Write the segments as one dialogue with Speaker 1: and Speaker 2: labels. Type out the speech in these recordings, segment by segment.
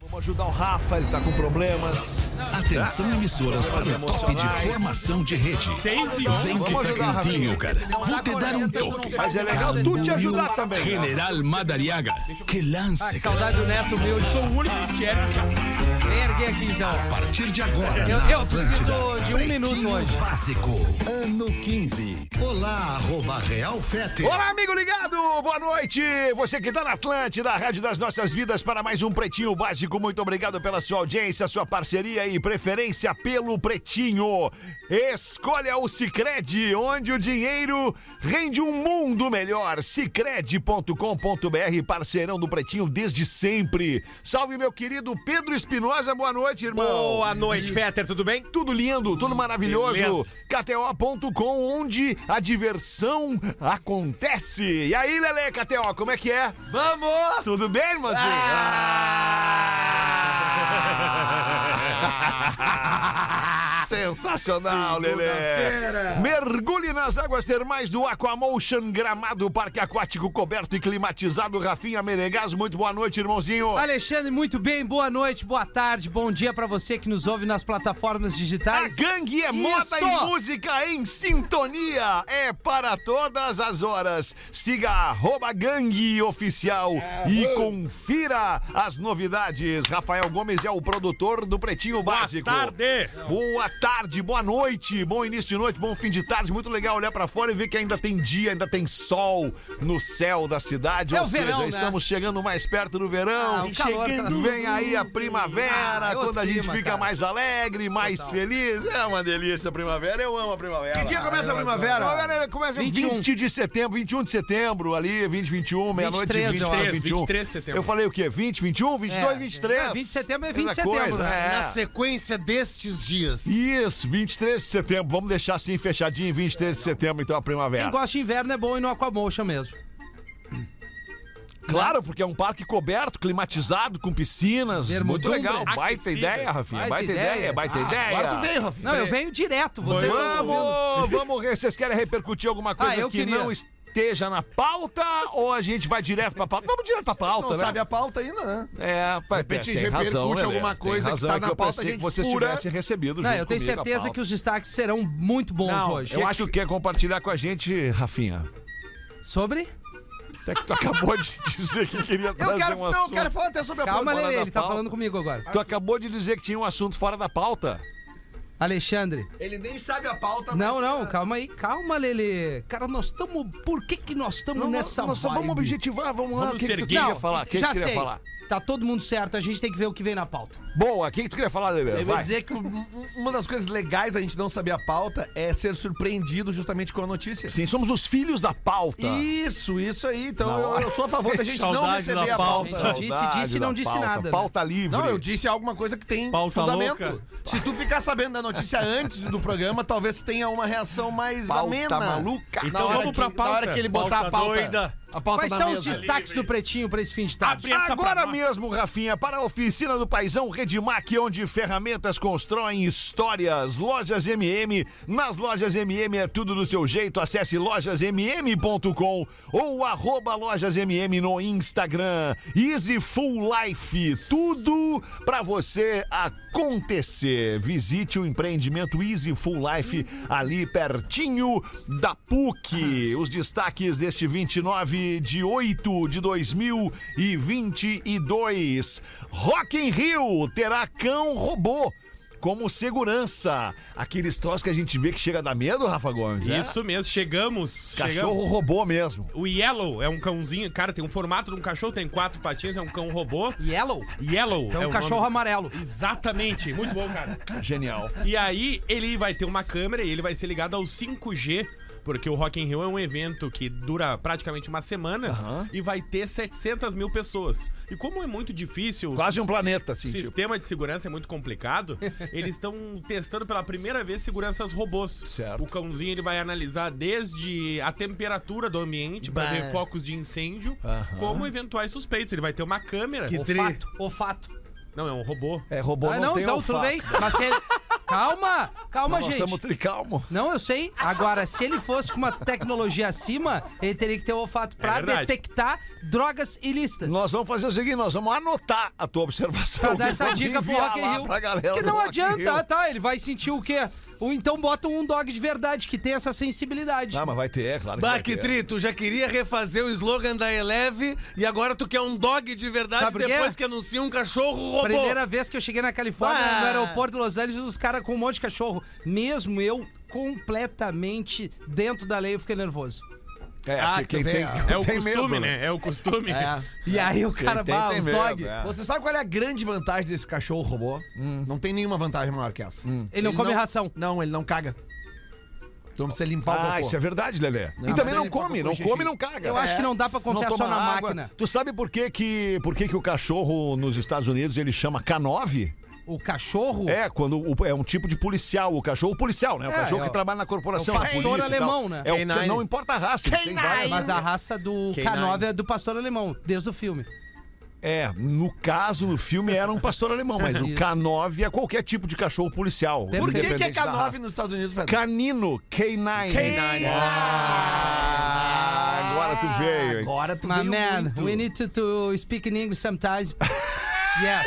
Speaker 1: Vamos ajudar o Rafa, ele tá com problemas.
Speaker 2: Atenção emissoras para o top de formação de rede.
Speaker 3: Vem que
Speaker 1: Vamos
Speaker 3: tá
Speaker 1: ajudar,
Speaker 3: quentinho,
Speaker 1: Rafinha.
Speaker 3: cara. Vou te dar um toque.
Speaker 1: Mas é legal tu te ajudar também. né?
Speaker 3: General Madariaga, que
Speaker 4: Ah, que
Speaker 3: lance, cara.
Speaker 4: saudade do neto meu. Sou o único que é. Vem erguer aqui então.
Speaker 2: A partir de agora,
Speaker 4: Eu-
Speaker 2: na
Speaker 4: eu preciso
Speaker 2: Atlântida,
Speaker 4: de um minuto
Speaker 2: Pretinho
Speaker 4: hoje.
Speaker 2: Básico, ano 15. Olá, arroba Real Fete.
Speaker 1: Olá, amigo ligado! Boa noite! Você que tá na Atlântida, a Rádio das Nossas Vidas, para mais um Pretinho Básico. Muito obrigado pela sua audiência, sua parceria e preferência pelo Pretinho. Escolha o Cicred, onde o dinheiro rende um mundo melhor. Cicred.com.br, parceirão do Pretinho desde sempre. Salve, meu querido Pedro Espinosa. Boa noite, irmão.
Speaker 5: Boa noite, Fetter, tudo bem?
Speaker 1: Tudo lindo, tudo maravilhoso.
Speaker 5: Beleza.
Speaker 1: KTO.com, onde a diversão acontece. E aí, Lele, KTO, como é que é?
Speaker 4: Vamos!
Speaker 1: Tudo bem, irmãozinho? Ah! Sensacional, Lelê! Mergulhe nas águas termais do Aquamotion Gramado, parque aquático coberto e climatizado. Rafinha Menegas, muito boa noite, irmãozinho.
Speaker 4: Alexandre, muito bem. Boa noite, boa tarde, bom dia pra você que nos ouve nas plataformas
Speaker 1: A
Speaker 4: digitais.
Speaker 1: gangue é moda
Speaker 4: Isso!
Speaker 1: e música em sintonia. É para todas as horas. Siga arroba gangue oficial e confira as novidades. Rafael Gomes é o produtor do Pretinho Básico.
Speaker 5: Boa tarde!
Speaker 1: Boa tarde, boa noite, bom início de noite, bom fim de tarde. Muito legal olhar pra fora e ver que ainda tem dia, ainda tem sol no céu da cidade.
Speaker 4: É
Speaker 1: Ou
Speaker 4: o
Speaker 1: seja,
Speaker 4: verão, né?
Speaker 1: estamos chegando mais perto do verão.
Speaker 4: Ah, o calor tá-
Speaker 1: Vem aí a primavera,
Speaker 4: Ah, é outro
Speaker 1: quando a gente
Speaker 4: clima,
Speaker 1: fica
Speaker 4: cara.
Speaker 1: mais alegre, mais feliz. É uma delícia a primavera, eu amo a primavera. Que dia
Speaker 6: começa a primavera?
Speaker 1: Primavera começa
Speaker 4: 21.
Speaker 1: 20 de setembro, 21 de setembro, ali, 20, 21, meia-noite,
Speaker 4: 23,
Speaker 1: 23,
Speaker 4: eu
Speaker 1: 23,
Speaker 5: acho.
Speaker 1: 21.
Speaker 5: 23 de setembro.
Speaker 1: Eu falei o quê? 20, 21, 22,
Speaker 4: É.
Speaker 1: 23.
Speaker 4: É, 20 de setembro é 20
Speaker 1: Essa
Speaker 4: de setembro,
Speaker 1: coisa,
Speaker 4: né?
Speaker 1: é.
Speaker 6: Na sequência destes dias.
Speaker 1: Isso, 23 de setembro. Vamos deixar assim fechadinho, 23 de setembro, então a primavera.
Speaker 4: Quem gosta de inverno é bom e no Aquamotion mesmo. né?
Speaker 1: Claro, porque é um parque coberto, climatizado, com piscinas. Muito
Speaker 4: Bermudumbre.
Speaker 1: legal. Baita
Speaker 5: Aquecida.
Speaker 1: ideia, Rafinha. Baita,
Speaker 4: Baita
Speaker 1: ideia,
Speaker 4: ideia. Ah,
Speaker 1: baita ideia.
Speaker 6: Agora tu veio, Rafinha.
Speaker 4: Não, eu venho direto, vocês não estão ouvindo.
Speaker 1: Vamos, vamos, ver, vocês querem repercutir alguma coisa
Speaker 4: Ah, eu
Speaker 1: que
Speaker 4: queria.
Speaker 1: não esteja na pauta ou a gente vai direto pra pauta? Vamos direto pra pauta,
Speaker 6: Não
Speaker 1: né?
Speaker 6: sabe a pauta ainda, né?
Speaker 1: É, pai,
Speaker 6: repente
Speaker 1: tem
Speaker 6: repercute
Speaker 1: razão, Lelê.
Speaker 6: alguma
Speaker 1: Tem
Speaker 6: coisa que
Speaker 1: razão,
Speaker 6: tá
Speaker 1: é
Speaker 6: na
Speaker 1: eu
Speaker 6: pauta,
Speaker 1: pensei
Speaker 6: a gente
Speaker 1: que vocês
Speaker 6: fura.
Speaker 1: tivessem recebido
Speaker 4: Não,
Speaker 1: junto
Speaker 4: eu tenho
Speaker 1: comigo a
Speaker 4: certeza
Speaker 1: pauta.
Speaker 4: que os destaques serão muito bons hoje.
Speaker 1: Eu acho que tu quer compartilhar com a gente, Rafinha.
Speaker 4: Sobre?
Speaker 1: Até que tu acabou de dizer que queria trazer
Speaker 6: Eu quero,
Speaker 1: um
Speaker 6: não, eu
Speaker 1: assunto.
Speaker 6: quero falar até sobre a
Speaker 4: Calma,
Speaker 6: pauta.
Speaker 4: Lele,
Speaker 1: da
Speaker 4: ele tá
Speaker 1: pauta.
Speaker 4: falando comigo agora.
Speaker 1: Tu acabou de dizer que tinha um assunto fora da pauta.
Speaker 4: Alexandre.
Speaker 6: Ele nem sabe a pauta.
Speaker 4: Não,
Speaker 6: mas-
Speaker 4: não, calma aí, calma, Lele. Cara, nós estamos. Por que, que nós estamos nessa
Speaker 1: nós só vamos
Speaker 4: vibe?
Speaker 1: objetivar, vamos lá.
Speaker 5: Vamos
Speaker 1: o que, que
Speaker 5: ser
Speaker 1: tu
Speaker 5: gay.
Speaker 1: queria falar? O que, que
Speaker 4: Já
Speaker 1: tu queria
Speaker 4: sei.
Speaker 1: falar?
Speaker 4: Tá todo mundo certo, a gente tem que ver o que vem na pauta.
Speaker 1: Boa, o que, que tu queria falar, Lelê?
Speaker 6: Eu vou
Speaker 1: Vai.
Speaker 6: dizer que um- um- uma das coisas legais da gente não saber a pauta é ser surpreendido justamente com a notícia.
Speaker 1: Sim, somos os filhos da pauta.
Speaker 6: Isso, isso aí. Então
Speaker 1: Não.
Speaker 6: eu, eu sou a favor da gente não
Speaker 5: Saudade
Speaker 6: receber
Speaker 5: da
Speaker 6: a pauta.
Speaker 5: pauta.
Speaker 4: Disse,
Speaker 1: Saudade
Speaker 4: disse e não
Speaker 1: da
Speaker 4: disse
Speaker 1: pauta.
Speaker 4: nada, né?
Speaker 1: Pauta livre.
Speaker 6: Não, eu disse alguma coisa que tem
Speaker 5: Pauta
Speaker 6: fundamento.
Speaker 5: louca.
Speaker 6: Se tu ficar sabendo da notícia antes do programa, talvez tu tenha uma reação mais
Speaker 1: Pauta
Speaker 6: amena.
Speaker 1: maluca.
Speaker 6: Na
Speaker 5: Então
Speaker 6: hora
Speaker 5: vamos
Speaker 6: que-
Speaker 5: pra pauta.
Speaker 6: Na hora que ele botar
Speaker 5: Pauta
Speaker 6: a pauta.
Speaker 5: doida.
Speaker 6: A pauta
Speaker 4: Quais
Speaker 6: na
Speaker 4: são os
Speaker 6: mesa.
Speaker 4: destaques do Pretinho pra esse fim de tarde?
Speaker 5: Abre essa pra
Speaker 1: Agora
Speaker 5: nós.
Speaker 1: mesmo, Rafinha, para a oficina do Paizão Redmac, onde ferramentas constroem histórias. Lojas MM. Nas lojas MM é tudo do seu jeito. Acesse lojasmm.com ou arroba lojasmm no Instagram. Easy Full Life. Tudo para você acontecer. É, Visite o empreendimento Easy Full Life ali pertinho da PUC. Os destaques deste 29 de 8 de 2022. Rock in Rio terá cão robô como segurança. Aqueles troços que a gente vê que chega a dar medo, Rafa Gomes. é?
Speaker 5: Isso mesmo, chegamos.
Speaker 1: Cachorro
Speaker 5: chegamos.
Speaker 1: robô mesmo.
Speaker 5: O Yellow é um cãozinho, cara, tem um formato de um cachorro, tem quatro patinhas, é um cão robô.
Speaker 4: Yellow?
Speaker 5: Yellow
Speaker 4: É um
Speaker 5: o
Speaker 4: cachorro
Speaker 5: nome.
Speaker 4: amarelo.
Speaker 5: Exatamente, muito bom, cara.
Speaker 1: Genial.
Speaker 5: E aí ele vai ter uma câmera e ele vai ser ligado ao 5G, porque o Rock in Rio é um evento que dura praticamente uma semana e vai ter 700 mil pessoas. E como é muito difícil...
Speaker 1: Quase um planeta,
Speaker 5: O
Speaker 1: assim, tipo.
Speaker 5: sistema de segurança é muito complicado. Eles estão testando pela primeira vez seguranças robôs.
Speaker 1: Certo.
Speaker 5: O cãozinho ele vai analisar desde a temperatura do ambiente para
Speaker 6: Bah.
Speaker 5: ver focos de incêndio, como eventuais suspeitos. Ele vai ter uma câmera.
Speaker 4: Olfato, olfato.
Speaker 5: Não, é um robô.
Speaker 1: É, robô
Speaker 4: ah,
Speaker 1: não,
Speaker 4: não,
Speaker 1: tem
Speaker 4: então
Speaker 1: olfato.
Speaker 4: tudo bem. Mas se ele, Calma, calma,
Speaker 1: Nós
Speaker 4: gente.
Speaker 1: estamos tricalmo.
Speaker 4: Não, eu sei. Agora, se ele fosse com uma tecnologia acima, ele teria que ter o olfato pra
Speaker 5: É verdade.
Speaker 4: detectar drogas ilícitas.
Speaker 1: Nós vamos fazer o seguinte, nós vamos anotar a tua observação.
Speaker 4: Pra dar essa
Speaker 1: Vamos
Speaker 4: dica pro
Speaker 1: enviar
Speaker 4: Rock in
Speaker 1: lá
Speaker 4: Rio.
Speaker 1: pra galera
Speaker 4: que
Speaker 1: do
Speaker 4: não
Speaker 1: Rock in
Speaker 4: adianta,
Speaker 1: Rio.
Speaker 4: ah, tá? Ele vai sentir o quê? Ou então bota um dog de verdade que tem essa sensibilidade.
Speaker 1: Ah, mas vai ter, é claro. que vai ter.
Speaker 7: Baquetri, tu já queria refazer o slogan da Eleve e agora tu quer um dog de verdade
Speaker 4: Sabe por quê?
Speaker 7: depois que anuncia um cachorro robô.
Speaker 4: Primeira vez que eu cheguei na Califórnia,
Speaker 7: Ah.
Speaker 4: no aeroporto de Los Angeles, os caras com um monte de cachorro. Mesmo eu completamente dentro da lei, eu fiquei nervoso.
Speaker 1: É,
Speaker 6: Ah,
Speaker 1: quem
Speaker 6: tu
Speaker 1: tem,
Speaker 6: vê,
Speaker 5: É o
Speaker 1: tem
Speaker 5: costume,
Speaker 1: medo,
Speaker 5: né? É o costume.
Speaker 4: E aí o cara,
Speaker 1: É. tem,
Speaker 4: bah,
Speaker 1: tem
Speaker 4: os
Speaker 1: medo,
Speaker 4: dog.
Speaker 1: é.
Speaker 6: Você sabe qual é a grande vantagem desse cachorro robô?
Speaker 1: Hum.
Speaker 6: Não tem nenhuma vantagem maior que essa.
Speaker 4: Ele não come ração.
Speaker 6: Não, ele não caga. Então precisa limpar o
Speaker 1: Ah,
Speaker 6: cocô.
Speaker 1: isso é verdade, Lelé.
Speaker 6: Não,
Speaker 1: e também
Speaker 6: mas
Speaker 1: não
Speaker 6: ele falou
Speaker 1: come,
Speaker 6: com
Speaker 1: não
Speaker 6: xixi.
Speaker 1: come, não caga.
Speaker 4: Eu acho que não dá pra confiar
Speaker 1: É. Não
Speaker 4: só
Speaker 1: toma
Speaker 4: na
Speaker 1: água.
Speaker 4: máquina.
Speaker 1: Tu sabe por que que, por que que o cachorro nos Estados Unidos ele chama K9?
Speaker 4: O cachorro.
Speaker 1: É, quando o- é um tipo de policial, o cachorro o policial, né? O
Speaker 4: É,
Speaker 1: cachorro
Speaker 4: é
Speaker 1: que
Speaker 4: o-
Speaker 1: trabalha na corporação,
Speaker 4: é o
Speaker 1: na
Speaker 4: pastor
Speaker 1: polícia e tal.
Speaker 4: alemão, né?
Speaker 1: É o,
Speaker 7: K9.
Speaker 1: não importa a raça, eles têm várias.
Speaker 4: Mas a raça do
Speaker 7: K9.
Speaker 4: K9 é do pastor alemão, desde o filme.
Speaker 1: É, no caso, no filme era um pastor alemão, mas o
Speaker 4: Isso.
Speaker 1: K9 é qualquer tipo de cachorro policial.
Speaker 4: Por
Speaker 6: Por que, que é
Speaker 1: independente da
Speaker 6: K9
Speaker 1: raça.
Speaker 6: nos Estados Unidos, velho?
Speaker 1: Canino, K9. Ah, agora tu veio, hein?
Speaker 6: Agora tu
Speaker 4: My
Speaker 6: veio
Speaker 4: man,
Speaker 6: muito.
Speaker 4: we need to, to speak in English sometimes. yes.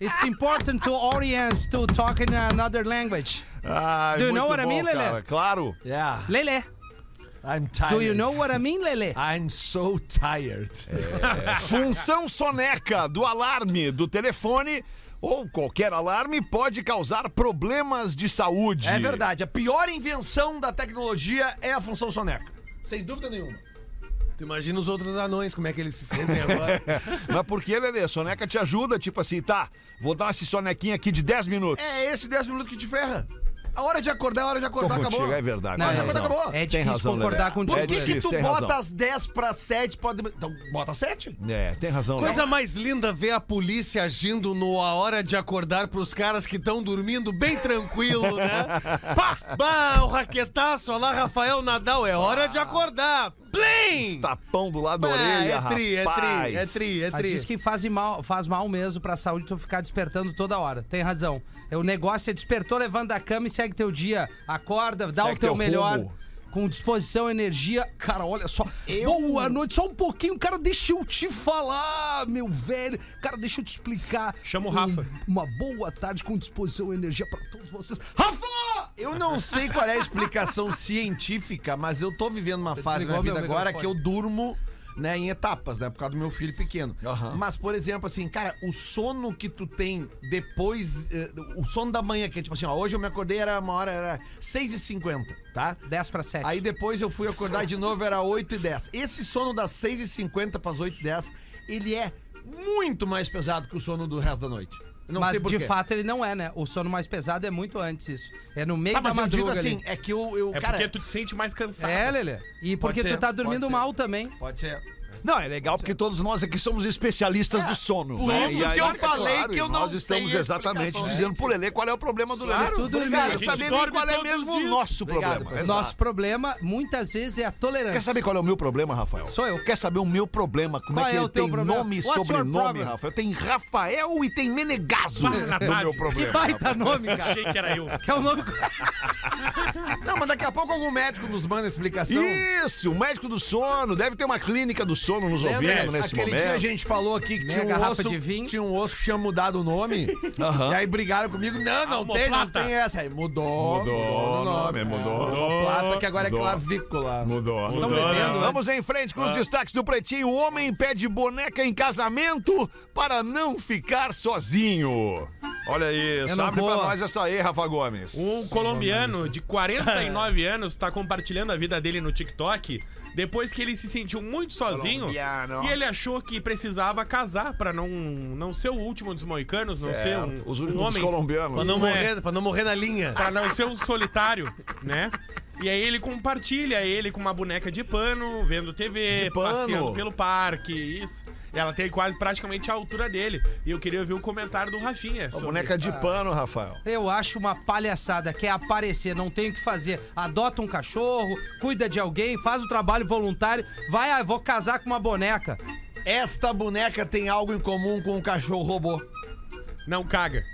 Speaker 4: It's important to audience to talk in another language.
Speaker 1: Ai,
Speaker 4: Do you
Speaker 1: muito
Speaker 4: know what I
Speaker 1: bom,
Speaker 4: mean, Lelê?
Speaker 1: cara, Claro.
Speaker 6: Yeah,
Speaker 4: Lele,
Speaker 6: I'm tired.
Speaker 4: do you know what I mean, Lele?
Speaker 6: I'm so tired. É.
Speaker 1: Função soneca do alarme do telefone ou qualquer alarme pode causar problemas de saúde.
Speaker 6: É verdade, a pior invenção da tecnologia é a função soneca. Sem dúvida nenhuma.
Speaker 7: Tu imagina os outros anões, como é que eles se sentem agora.
Speaker 1: Mas por que, Lelê? Soneca te ajuda, tipo assim, tá, vou dar esse sonequinho aqui de 10 minutos.
Speaker 6: É esse 10 minutos que te ferra. A hora de acordar, a hora de
Speaker 1: Então,
Speaker 6: acordar, acabou.
Speaker 1: contigo, é verdade.
Speaker 4: Não,
Speaker 1: tem
Speaker 4: é,
Speaker 1: razão.
Speaker 6: acabou.
Speaker 4: é
Speaker 1: Tem
Speaker 4: difícil
Speaker 1: razão,
Speaker 4: concordar
Speaker 1: Lelê.
Speaker 4: contigo.
Speaker 6: Por que, que
Speaker 1: difícil,
Speaker 6: tu
Speaker 1: tem
Speaker 6: bota
Speaker 1: razão.
Speaker 6: as 10 para 7? Pode... Então, bota 7.
Speaker 1: É, tem razão.
Speaker 7: Coisa
Speaker 1: Lelê.
Speaker 7: mais linda ver a polícia agindo no a hora de acordar pros caras que estão dormindo bem tranquilo, né? Pá! Bah, o raquetaço, olha lá, Rafael Nadal, é hora de acordar! Plim!
Speaker 1: Um Tapão do lado da
Speaker 7: Ah,
Speaker 1: orelha,
Speaker 7: é tri, é
Speaker 1: rapaz.
Speaker 7: tri, é tri, é
Speaker 4: Mas
Speaker 7: tri.
Speaker 4: diz que faz mal, faz mal mesmo pra saúde tu ficar despertando toda hora. Tem razão. É, O negócio é despertou, levando da cama e segue teu dia. Acorda, dá
Speaker 1: Segue
Speaker 4: o teu,
Speaker 1: teu
Speaker 4: melhor.
Speaker 1: rumo.
Speaker 4: Com disposição, energia. Cara, olha só. Boa noite, só um pouquinho. Cara, deixa eu te falar, meu velho. Cara, deixa eu te explicar.
Speaker 5: Chama o Rafa.
Speaker 4: Um- uma boa tarde com disposição e energia pra todos vocês. Rafa!
Speaker 6: Eu não sei qual é a explicação científica, mas eu tô vivendo uma fase na
Speaker 4: desligou
Speaker 6: minha vida
Speaker 4: meu
Speaker 6: agora que eu
Speaker 4: microfone.
Speaker 6: durmo né, em etapas, né? Por causa do meu filho pequeno. Mas, por exemplo, assim, cara, o sono que tu tem depois. eh, o sono da manhã, que é tipo assim, ó, hoje eu me acordei, era uma hora, era 6h50, tá?
Speaker 4: 10 pra 7.
Speaker 6: Aí depois eu fui acordar de novo, era 8h10. Esse sono das 6h50 pras 8h10, ele é muito mais pesado que o sono do resto da noite. Eu Não sei
Speaker 4: Mas
Speaker 6: por
Speaker 4: de
Speaker 6: quê.
Speaker 4: fato ele não é, né? O sono mais pesado é muito antes isso. É no meio
Speaker 6: Tá,
Speaker 4: da
Speaker 6: mas eu digo
Speaker 4: madruga
Speaker 6: assim,
Speaker 4: ali.
Speaker 6: é que eu. eu
Speaker 5: É
Speaker 6: cara,
Speaker 5: porque tu te sente mais cansado.
Speaker 4: É, Lelê. E porque
Speaker 6: ser,
Speaker 4: tu tá
Speaker 6: pode
Speaker 4: dormindo
Speaker 6: ser.
Speaker 4: mal também.
Speaker 6: Pode ser.
Speaker 1: Não, é legal porque todos nós aqui somos especialistas do sono.
Speaker 6: É, por
Speaker 1: né?
Speaker 6: isso
Speaker 1: E
Speaker 6: que eu
Speaker 1: é
Speaker 6: falei que
Speaker 1: e
Speaker 6: eu não
Speaker 1: Nós
Speaker 6: sei
Speaker 1: estamos
Speaker 6: a
Speaker 1: exatamente
Speaker 6: explicação.
Speaker 1: dizendo pro Lelê qual é o problema do Lelê.
Speaker 4: Claro,
Speaker 1: Tudo
Speaker 4: dormir.
Speaker 1: obrigado.
Speaker 4: A
Speaker 1: Quer
Speaker 4: gente
Speaker 1: saber nem
Speaker 5: dorme
Speaker 1: qual é
Speaker 5: todos
Speaker 1: mesmo
Speaker 5: os
Speaker 1: o
Speaker 5: dias.
Speaker 1: nosso
Speaker 6: Obrigado,
Speaker 1: problema.
Speaker 6: pessoal.
Speaker 4: Nosso problema, muitas vezes, é a tolerância.
Speaker 1: Quer saber qual é o meu problema, Rafael?
Speaker 4: Sou eu.
Speaker 1: Quer saber o meu problema? Como
Speaker 4: Qual
Speaker 1: é que
Speaker 4: é
Speaker 1: ele
Speaker 4: o teu
Speaker 1: tem
Speaker 4: problema?
Speaker 1: nome e
Speaker 4: What's your
Speaker 1: sobrenome,
Speaker 4: problem?
Speaker 1: Rafael? Tem Rafael e tem Menegaso no meu
Speaker 4: Que
Speaker 1: problema.
Speaker 4: baita nome, cara.
Speaker 5: Achei que era eu.
Speaker 4: Que é o nome...
Speaker 6: Não, mas daqui a pouco algum médico nos manda a explicação.
Speaker 1: Isso, o médico do sono. Deve ter uma clínica do sono nos ouvindo nesse
Speaker 6: Aquele É, dia a
Speaker 1: momento.
Speaker 6: gente falou aqui que
Speaker 4: Meia
Speaker 6: tinha um,
Speaker 4: garrafa
Speaker 6: osso,
Speaker 4: de vinho.
Speaker 6: tinha um osso que tinha mudado o nome. E aí brigaram comigo. Não, não tem, não
Speaker 5: Omoplata.
Speaker 6: tem essa. Aí mudou.
Speaker 1: Mudou o
Speaker 6: o
Speaker 1: nome, mudou.
Speaker 6: Plata que agora
Speaker 1: Mudou.
Speaker 6: é clavícula.
Speaker 1: Mudou. né?
Speaker 5: Estão bebendo,
Speaker 1: Vamos em frente com os destaques do Pretinho. O homem pede boneca em casamento para não ficar sozinho. Olha
Speaker 4: Eu
Speaker 1: isso.
Speaker 4: não
Speaker 1: Abre
Speaker 4: vou.
Speaker 1: pra nós essa aí, Rafa Gomes.
Speaker 5: Um colombiano de 49 anos tá compartilhando a vida dele no TikTok depois que ele se sentiu muito sozinho
Speaker 1: Colombiano.
Speaker 5: e ele achou que precisava casar pra não, não ser o último dos moicanos, não ser
Speaker 1: Certo.
Speaker 5: um,
Speaker 1: Os
Speaker 5: um
Speaker 1: últimos
Speaker 5: homem-
Speaker 1: colombianos.
Speaker 5: Pra
Speaker 7: Não
Speaker 5: não, é,
Speaker 7: morrer, pra não morrer na linha.
Speaker 5: pra não ser um solitário, né? E aí ele compartilha ele com uma boneca de pano, vendo TV,
Speaker 1: De pano?
Speaker 5: passeando pelo parque, isso. Ela tem quase praticamente a altura dele. E eu queria ver o comentário do Rafinha.
Speaker 1: Uma
Speaker 5: sobre-
Speaker 1: boneca de pano, Rafael.
Speaker 4: Eu acho uma palhaçada, quer aparecer, não tem o que fazer. Adota um cachorro, cuida de alguém, faz o trabalho voluntário, vai, ah, vou casar com uma boneca.
Speaker 6: Esta boneca tem algo em comum com o cachorro robô.
Speaker 5: Não caga.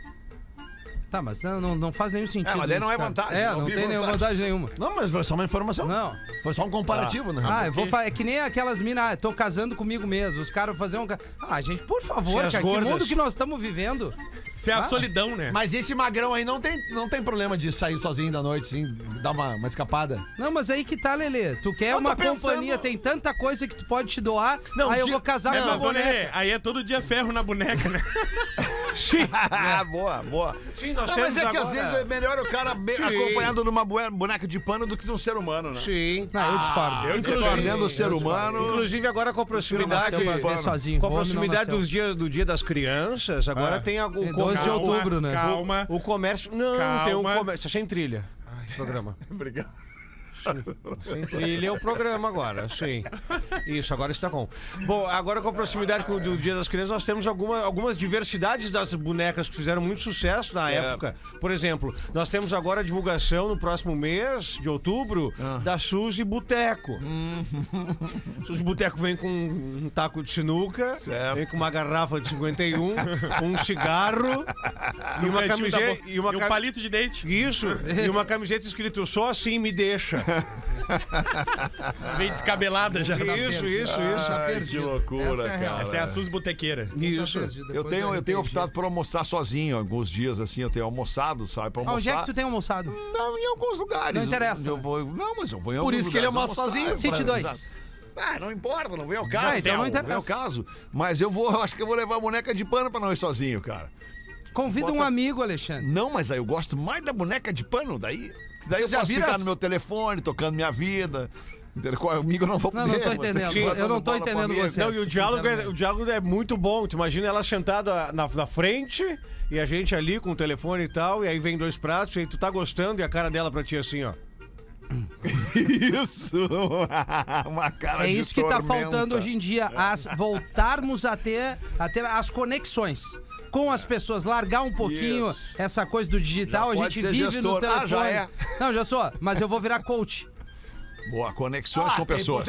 Speaker 4: Tá, mas não, não, não faz nenhum sentido.
Speaker 1: É, mas daí não
Speaker 4: isso,
Speaker 1: é
Speaker 4: cara.
Speaker 1: vantagem,
Speaker 4: É,
Speaker 1: não
Speaker 4: não,
Speaker 1: vi
Speaker 4: tem nenhuma
Speaker 1: vantagem.
Speaker 4: vantagem nenhuma.
Speaker 6: Não, mas foi só uma informação.
Speaker 4: Não.
Speaker 6: Foi só um comparativo, né?
Speaker 4: Ah, eu vou falar. É que nem aquelas minas. Ah, tô casando comigo mesmo. Os caras vão fazer um. ca- Ah, gente, por favor,
Speaker 7: Tias
Speaker 4: cara.
Speaker 7: gordas.
Speaker 4: Que mundo que nós estamos vivendo.
Speaker 5: Isso é a solidão, né?
Speaker 6: Ah, Mas esse magrão aí não tem, não tem problema de sair sozinho da noite, sim, dar uma, uma escapada.
Speaker 4: Não, mas aí que tá, Lelê. Tu quer
Speaker 6: Eu tô
Speaker 4: uma
Speaker 6: pensando-
Speaker 4: companhia, tem tanta coisa que tu pode te doar.
Speaker 6: Não,
Speaker 4: aí eu
Speaker 6: de-
Speaker 4: vou casar
Speaker 5: É,
Speaker 4: com uma
Speaker 5: mas olha,
Speaker 4: boneca.
Speaker 5: é, aí é todo dia ferro na boneca, né?
Speaker 1: Ah, boa, boa.
Speaker 7: Sim, nós
Speaker 1: Não, mas é
Speaker 7: temos
Speaker 1: que às
Speaker 7: agora-
Speaker 1: vezes é melhor o cara be-
Speaker 7: Sim.
Speaker 1: acompanhado numa bue- boneca de pano do que de um ser humano, né?
Speaker 7: Sim.
Speaker 4: Não, eu discordo.
Speaker 1: Eu
Speaker 7: Inclusive-
Speaker 1: Perdendo o ser humano.
Speaker 7: Inclusive agora com a proximidade.
Speaker 4: Nasceu pra viver sozinho.
Speaker 7: Com a
Speaker 4: O homem não
Speaker 7: proximidade
Speaker 4: nasceu. É.
Speaker 7: dos dias, do dia das crianças, agora tem algum
Speaker 4: Tem 12 de outubro, né?
Speaker 5: Calma.
Speaker 7: O comércio. Não,
Speaker 5: Calma.
Speaker 7: tem o comércio. Sem trilha. programa.
Speaker 1: Obrigado.
Speaker 7: Sem trilha é o programa agora, sim. Isso, agora está com. Bom, agora com a proximidade com- do Dia das Crianças, nós temos alguma- algumas diversidades das bonecas que fizeram muito sucesso na
Speaker 1: Certo.
Speaker 7: época. Por exemplo, nós temos agora a divulgação no próximo mês de outubro
Speaker 1: Ah.
Speaker 7: da Suzy Boteco.
Speaker 1: Hum.
Speaker 7: Suzy Boteco vem com um taco de sinuca,
Speaker 1: Certo.
Speaker 7: vem com uma garrafa de 51, um cigarro e
Speaker 5: Cantinho
Speaker 7: uma
Speaker 5: da
Speaker 7: camiseta
Speaker 5: boca.
Speaker 7: e uma
Speaker 5: um
Speaker 7: ca-
Speaker 5: palito de dente.
Speaker 7: isso, e uma camiseta escrito só assim me deixa.
Speaker 5: Vem Ah. descabelada já.
Speaker 7: Isso, isso, isso.
Speaker 4: Tá
Speaker 1: Ai, que
Speaker 4: perdido.
Speaker 1: loucura,
Speaker 4: Essa é a real.
Speaker 1: cara.
Speaker 5: Essa é a Sus Botequeira.
Speaker 7: Isso.
Speaker 1: Eu tenho, eu tenho optado por almoçar sozinho alguns dias, assim, eu tenho almoçado, sabe? Pra almoçar.
Speaker 4: Onde é que tu tem almoçado?
Speaker 1: Não, em alguns lugares.
Speaker 4: Não interessa.
Speaker 1: Eu vou... Não, mas eu vou em
Speaker 6: Por
Speaker 1: alguns
Speaker 6: isso que ele
Speaker 1: lugares
Speaker 6: almoça
Speaker 1: almoçar,
Speaker 6: sozinho.
Speaker 1: eu vou-
Speaker 4: City 2.
Speaker 1: Ah, não importa, não vem ao
Speaker 4: Ah,
Speaker 1: caso.
Speaker 4: então não
Speaker 1: vem ao
Speaker 4: interessa.
Speaker 1: caso. Mas eu vou, eu acho que eu vou levar a boneca de pano pra não ir sozinho, cara.
Speaker 4: Convida um
Speaker 1: Bota-
Speaker 4: amigo, Alexandre.
Speaker 1: Não, mas aí eu gosto mais da boneca de pano, daí. que Daí eu
Speaker 4: já
Speaker 1: posso
Speaker 4: vira
Speaker 1: ficar
Speaker 4: as-
Speaker 1: no meu telefone, tocando minha vida. Entendeu? Comigo eu não vou
Speaker 4: Não,
Speaker 1: poder.
Speaker 4: não tô
Speaker 1: vou ter
Speaker 4: entendendo.
Speaker 1: que
Speaker 4: Eu
Speaker 1: botar
Speaker 4: não tô
Speaker 1: bola pra
Speaker 4: entendendo
Speaker 1: mim.
Speaker 4: você.
Speaker 7: Não, e o diálogo, é,
Speaker 4: sinceramente.
Speaker 7: o diálogo é muito bom. Tu imagina ela sentada na, na frente e a gente ali com o telefone e tal, e aí vem dois pratos, e aí tu tá gostando, e a cara dela pra ti assim, ó.
Speaker 1: Isso! Uma cara
Speaker 4: É
Speaker 1: de
Speaker 4: isso que tá
Speaker 1: tormenta.
Speaker 4: faltando hoje em dia, as, voltarmos a ter, a ter as conexões com as pessoas, largar um pouquinho
Speaker 1: Isso.
Speaker 4: essa coisa do digital,
Speaker 1: Já
Speaker 4: a
Speaker 1: pode
Speaker 4: gente
Speaker 1: ser
Speaker 4: vive no
Speaker 1: gestor.
Speaker 4: telefone.
Speaker 1: Ah, já é.
Speaker 4: Não, já sou, mas eu vou virar coach.
Speaker 1: Boa, conexões com pessoas.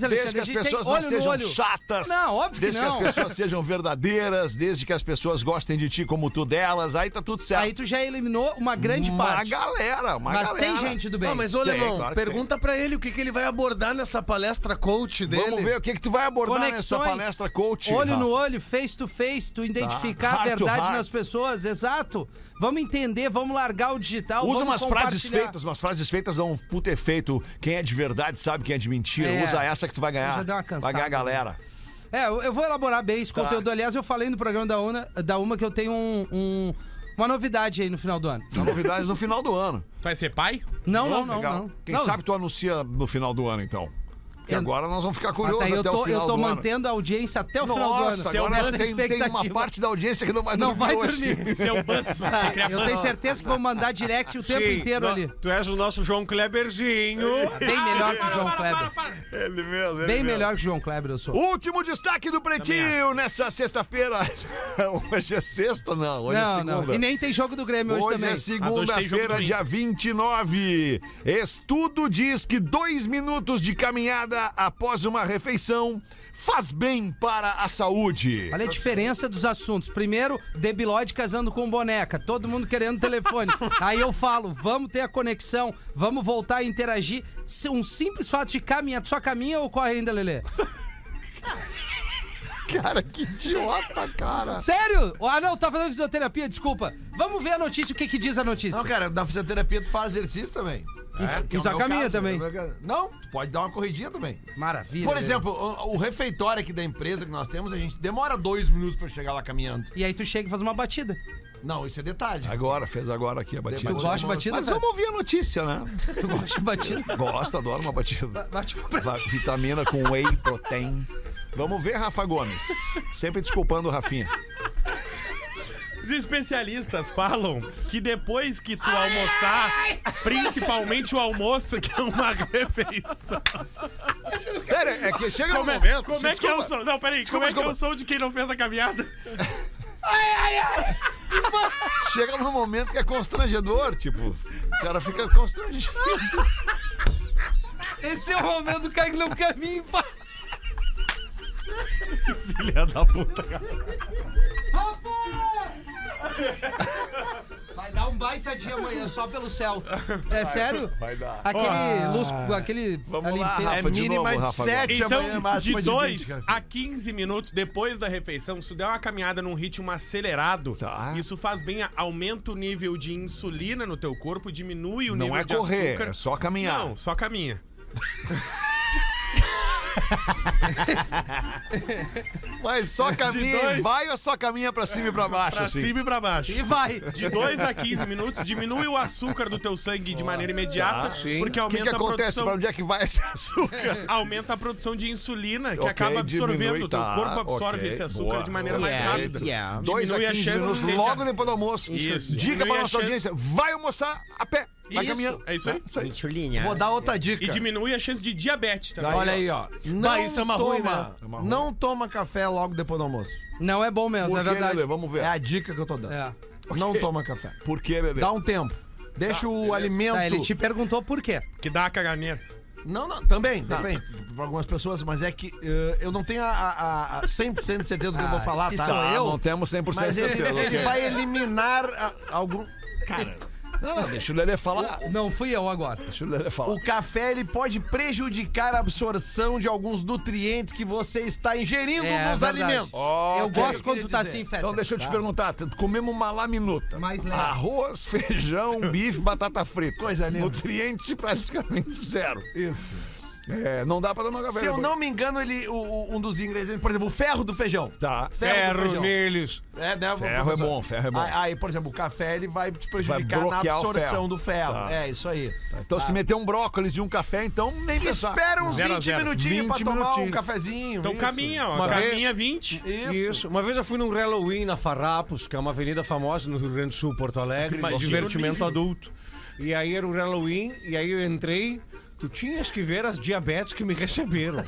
Speaker 1: Desde que
Speaker 4: Alexandre, a
Speaker 1: as
Speaker 4: gente tem
Speaker 1: pessoas não
Speaker 4: olho no
Speaker 1: sejam
Speaker 4: olho.
Speaker 1: chatas.
Speaker 4: Não, óbvio que
Speaker 1: Desde
Speaker 4: não.
Speaker 1: que as pessoas sejam verdadeiras, desde que as pessoas gostem de ti como tu delas, aí tá tudo certo.
Speaker 4: Aí tu já eliminou uma grande
Speaker 1: uma
Speaker 4: parte.
Speaker 1: galera, uma
Speaker 4: Mas
Speaker 1: galera.
Speaker 4: tem gente do bem. é,
Speaker 7: Não, mas ô,
Speaker 1: Tem,
Speaker 7: Lemão,
Speaker 1: claro que
Speaker 7: pergunta pra ele o que, que ele vai abordar nessa palestra coach dele.
Speaker 1: Vamos ver o que, que tu vai abordar nessa
Speaker 4: Conexões,
Speaker 1: é palestra coach.
Speaker 4: olho no
Speaker 1: Rafa.
Speaker 4: olho, face to face, tu identificar a
Speaker 1: Heart to
Speaker 4: verdade
Speaker 1: heart.
Speaker 4: nas pessoas, exato. Vamos entender, vamos largar o digital,
Speaker 1: Usa
Speaker 4: vamos
Speaker 1: umas frases
Speaker 4: compartilhar.
Speaker 1: feitas, umas frases feitas dão um puta efeito. Quem é de verdade sabe quem é de mentira.
Speaker 4: É.
Speaker 1: Usa essa que tu vai ganhar.
Speaker 4: Já deu uma
Speaker 1: vai
Speaker 4: cansada, né?
Speaker 1: ganhar a galera.
Speaker 4: É, eu eu vou elaborar bem esse
Speaker 1: Tá.
Speaker 4: conteúdo. Aliás, eu falei no programa da UNA, da UMA que eu tenho um- um- uma novidade aí no final do ano.
Speaker 1: Dá novidades Tá no final do ano.
Speaker 5: Tu vai ser pai?
Speaker 4: Não, não, não,
Speaker 1: Legal.
Speaker 4: não.
Speaker 1: Quem
Speaker 4: Não,
Speaker 1: sabe tá tu anuncia no final do ano, então. Porque
Speaker 4: Eu-
Speaker 1: agora nós vamos ficar
Speaker 4: mas
Speaker 1: curiosos
Speaker 4: aí eu
Speaker 1: até o
Speaker 4: tô,
Speaker 1: final
Speaker 4: eu tô
Speaker 1: do ano.
Speaker 4: mantendo a audiência até o final do ano.
Speaker 1: Nossa,
Speaker 4: nessa
Speaker 1: agora tem, tem uma
Speaker 4: expectativa.
Speaker 1: parte da audiência que não vai
Speaker 4: Não
Speaker 1: dormir
Speaker 4: vai
Speaker 1: hoje.
Speaker 4: dormir.
Speaker 5: Isso é o bus.
Speaker 4: Eu tenho certeza que vão mandar direct o tempo
Speaker 7: Sim,
Speaker 4: inteiro
Speaker 7: no-
Speaker 4: ali.
Speaker 7: Tu és o nosso João Kleberzinho.
Speaker 4: Bem melhor que o João Kleber.
Speaker 1: Ele mesmo, ele
Speaker 4: Bem
Speaker 1: mesmo.
Speaker 4: melhor que o João Kleber, eu sou.
Speaker 1: Último destaque do Pretinho nessa sexta-feira. Hoje é sexta, não. Hoje é
Speaker 4: Não,
Speaker 1: segunda.
Speaker 4: não. E nem tem jogo do Grêmio hoje,
Speaker 1: Hoje
Speaker 4: também.
Speaker 1: é
Speaker 5: Mas hoje tem jogo
Speaker 1: segunda-feira,
Speaker 5: domingo.
Speaker 1: dia 29. Estudo diz que dois minutos de caminhada após uma refeição faz bem para a saúde.
Speaker 4: Olha a diferença dos assuntos. Primeiro, debilóide casando com boneca, todo mundo querendo telefone. Aí eu falo, vamos ter a conexão, vamos voltar a interagir. Se- Um simples fato de caminhar, tu só caminha ou corre ainda, Lelê?
Speaker 1: Cara, que idiota, cara.
Speaker 4: Sério? Ah, não, tá fazendo fisioterapia, desculpa. Vamos ver a notícia, o que que diz a notícia.
Speaker 6: Não, cara, na fisioterapia tu faz exercício também. Que é
Speaker 4: e
Speaker 6: o
Speaker 4: só
Speaker 6: meu
Speaker 4: caminha
Speaker 6: caso,
Speaker 4: também.
Speaker 6: é o meu caso. Não, tu pode dar uma corridinha também.
Speaker 4: Maravilha.
Speaker 6: Por
Speaker 4: Lelê.
Speaker 6: exemplo, o, o refeitório aqui da empresa que nós temos, a gente demora dois minutos pra chegar lá caminhando.
Speaker 4: E aí tu chega e faz uma batida.
Speaker 6: Não, isso é detalhe.
Speaker 1: Agora, fez agora aqui a batida.
Speaker 4: Tu gosta de batida?
Speaker 1: Mas
Speaker 4: velho?
Speaker 1: vamos ouvir a notícia, né?
Speaker 4: Tu gosta de batida?
Speaker 1: Gosta, adora uma batida.
Speaker 4: Bate pra
Speaker 1: Va- Vitamina com whey protein. Vamos ver, Rafa Gomes. Sempre desculpando o Rafinha.
Speaker 5: Os especialistas falam que depois que tu almoçar, principalmente o almoço, que é uma refeição.
Speaker 1: Sério, é que chega
Speaker 5: Como
Speaker 1: no
Speaker 5: é,
Speaker 1: momento.
Speaker 5: como é que eu
Speaker 1: Desculpa.
Speaker 5: sou? Não, peraí, como é que eu
Speaker 1: desculpa.
Speaker 5: sou de quem não fez a caminhada?
Speaker 1: Chega num momento que é constrangedor, tipo, o cara fica constrangido.
Speaker 4: Esse é o momento do cara que não caminha e fala.
Speaker 5: Filha da puta.
Speaker 4: Rafa! Vai dar um baita dia amanhã, só pelo céu. É sério?
Speaker 1: Vai dar.
Speaker 4: Aquele lusco, aquele.
Speaker 1: Vamos lá,
Speaker 5: É
Speaker 4: limpeza.
Speaker 1: Rafa, de novo,
Speaker 6: mínima de
Speaker 1: Rafa. agora.
Speaker 6: sete. amanhã,
Speaker 5: Então, de
Speaker 6: máxima de
Speaker 5: 2
Speaker 6: 20, cara.
Speaker 5: a 15 minutos depois da refeição, se tu der uma caminhada num ritmo acelerado,
Speaker 1: Tá.
Speaker 5: isso faz bem, a- aumenta o nível de insulina no teu corpo, diminui o
Speaker 1: Não
Speaker 5: nível
Speaker 1: é
Speaker 5: de
Speaker 1: correr,
Speaker 5: açúcar.
Speaker 1: é só caminhar.
Speaker 5: Não, só caminha.
Speaker 1: Mas só caminha e
Speaker 5: É dois.
Speaker 1: vai ou só caminha pra cima e pra baixo?
Speaker 5: Pra
Speaker 1: assim?
Speaker 5: cima e pra baixo.
Speaker 4: E vai.
Speaker 5: De 2 a 15 minutos, diminui o açúcar do teu sangue de maneira imediata, porque
Speaker 1: O Tá, que,
Speaker 5: aumenta
Speaker 1: que
Speaker 5: a
Speaker 1: acontece?
Speaker 5: produção
Speaker 1: Pra onde é que vai esse açúcar?
Speaker 5: aumenta a produção de insulina, que
Speaker 1: Ok,
Speaker 5: acaba absorvendo.
Speaker 1: diminui,
Speaker 5: O teu
Speaker 1: tá,
Speaker 5: corpo absorve
Speaker 1: ok,
Speaker 5: esse açúcar
Speaker 1: boa,
Speaker 5: de maneira
Speaker 1: boa.
Speaker 5: mais
Speaker 1: Yeah,
Speaker 5: rápida.
Speaker 7: yeah.
Speaker 1: Dois a
Speaker 5: Diminui a
Speaker 1: 15
Speaker 5: chance
Speaker 1: minutos
Speaker 5: de-
Speaker 1: logo depois do almoço.
Speaker 5: Isso.
Speaker 1: Dica pra
Speaker 5: Diminui a
Speaker 1: nossa
Speaker 5: chance.
Speaker 1: audiência: vai almoçar a pé. Vai
Speaker 4: Isso.
Speaker 1: caminhando.
Speaker 5: É isso aí.
Speaker 7: Insulina.
Speaker 6: Vou dar outra dica.
Speaker 5: E diminui a chance de diabetes também.
Speaker 6: Olha aí, ó. Não
Speaker 7: Bah, isso é uma
Speaker 6: toma,
Speaker 7: ruim, né?
Speaker 6: Não toma café logo depois do almoço.
Speaker 4: Não é bom mesmo,
Speaker 1: Por
Speaker 4: é
Speaker 1: quê,
Speaker 4: verdade.
Speaker 1: Lelê? Vamos ver.
Speaker 6: É a dica que eu tô dando.
Speaker 4: É.
Speaker 6: Não toma café.
Speaker 1: Por quê, bebê?
Speaker 6: Dá um tempo. Deixa o alimento.
Speaker 4: Tá, ele te perguntou por quê.
Speaker 5: Que dá a caganeira.
Speaker 6: Não, não, também, também. Tá. Pra algumas pessoas, mas é que eh, eu não tenho a, a, a 100% de certeza do que eu vou
Speaker 4: Ah,
Speaker 6: falar,
Speaker 4: se
Speaker 6: tá?
Speaker 4: sou
Speaker 1: Ah,
Speaker 4: eu?
Speaker 1: Não temos 100%
Speaker 6: Mas ele,
Speaker 1: certeza.
Speaker 6: ele
Speaker 1: ok.
Speaker 6: vai eliminar a- algum. Cara,
Speaker 1: Não, não, deixa o Lelê falar.
Speaker 4: Não fui eu agora.
Speaker 1: Deixa o Lelê falar.
Speaker 6: o café ele pode prejudicar a absorção de alguns nutrientes que você está ingerindo
Speaker 4: É,
Speaker 6: nos
Speaker 4: verdade.
Speaker 6: alimentos.
Speaker 4: eu
Speaker 1: Ok.
Speaker 4: gosto quando tu tá
Speaker 6: dizer.
Speaker 4: assim, Feta.
Speaker 1: Então deixa eu te perguntar, tu- comemos uma laminuta.
Speaker 4: Mais leve.
Speaker 1: Arroz, feijão, bife, batata frita.
Speaker 6: Coisa linda.
Speaker 1: Nutriente praticamente zero.
Speaker 6: Isso.
Speaker 1: É, não dá pra tomar café.
Speaker 6: Se eu
Speaker 1: depois.
Speaker 6: não me engano, ele, o- o- um dos ingredientes, por exemplo, o ferro do feijão.
Speaker 1: Tá.
Speaker 6: do
Speaker 7: Ferro
Speaker 6: feijão.
Speaker 7: neles.
Speaker 6: É, né,
Speaker 1: Ferro
Speaker 6: professor?
Speaker 1: é bom, ferro é bom.
Speaker 6: Aí, aí, por exemplo, o café ele vai te prejudicar
Speaker 1: Vai
Speaker 6: na
Speaker 1: bloquear o
Speaker 6: absorção
Speaker 1: ferro.
Speaker 6: do ferro.
Speaker 1: Tá.
Speaker 6: É, isso aí.
Speaker 1: Então se meter um brócolis e um café, então nem pensar.
Speaker 6: Espera uns
Speaker 5: Zero a
Speaker 6: 20
Speaker 5: zero.
Speaker 6: minutinhos pra
Speaker 1: 20
Speaker 6: tomar um
Speaker 1: minutinhos.
Speaker 6: cafezinho.
Speaker 5: Então
Speaker 6: isso.
Speaker 5: caminha, ó.
Speaker 7: Uma
Speaker 5: caminha 20.
Speaker 7: Isso. Uma vez eu fui num Halloween na Farrapos, que é uma avenida famosa no Rio Grande do Sul, Porto Alegre,
Speaker 5: Imagina.
Speaker 7: de divertimento adulto. E aí era o Halloween, e aí eu entrei. Tu tinhas que ver as diabetes que me receberam.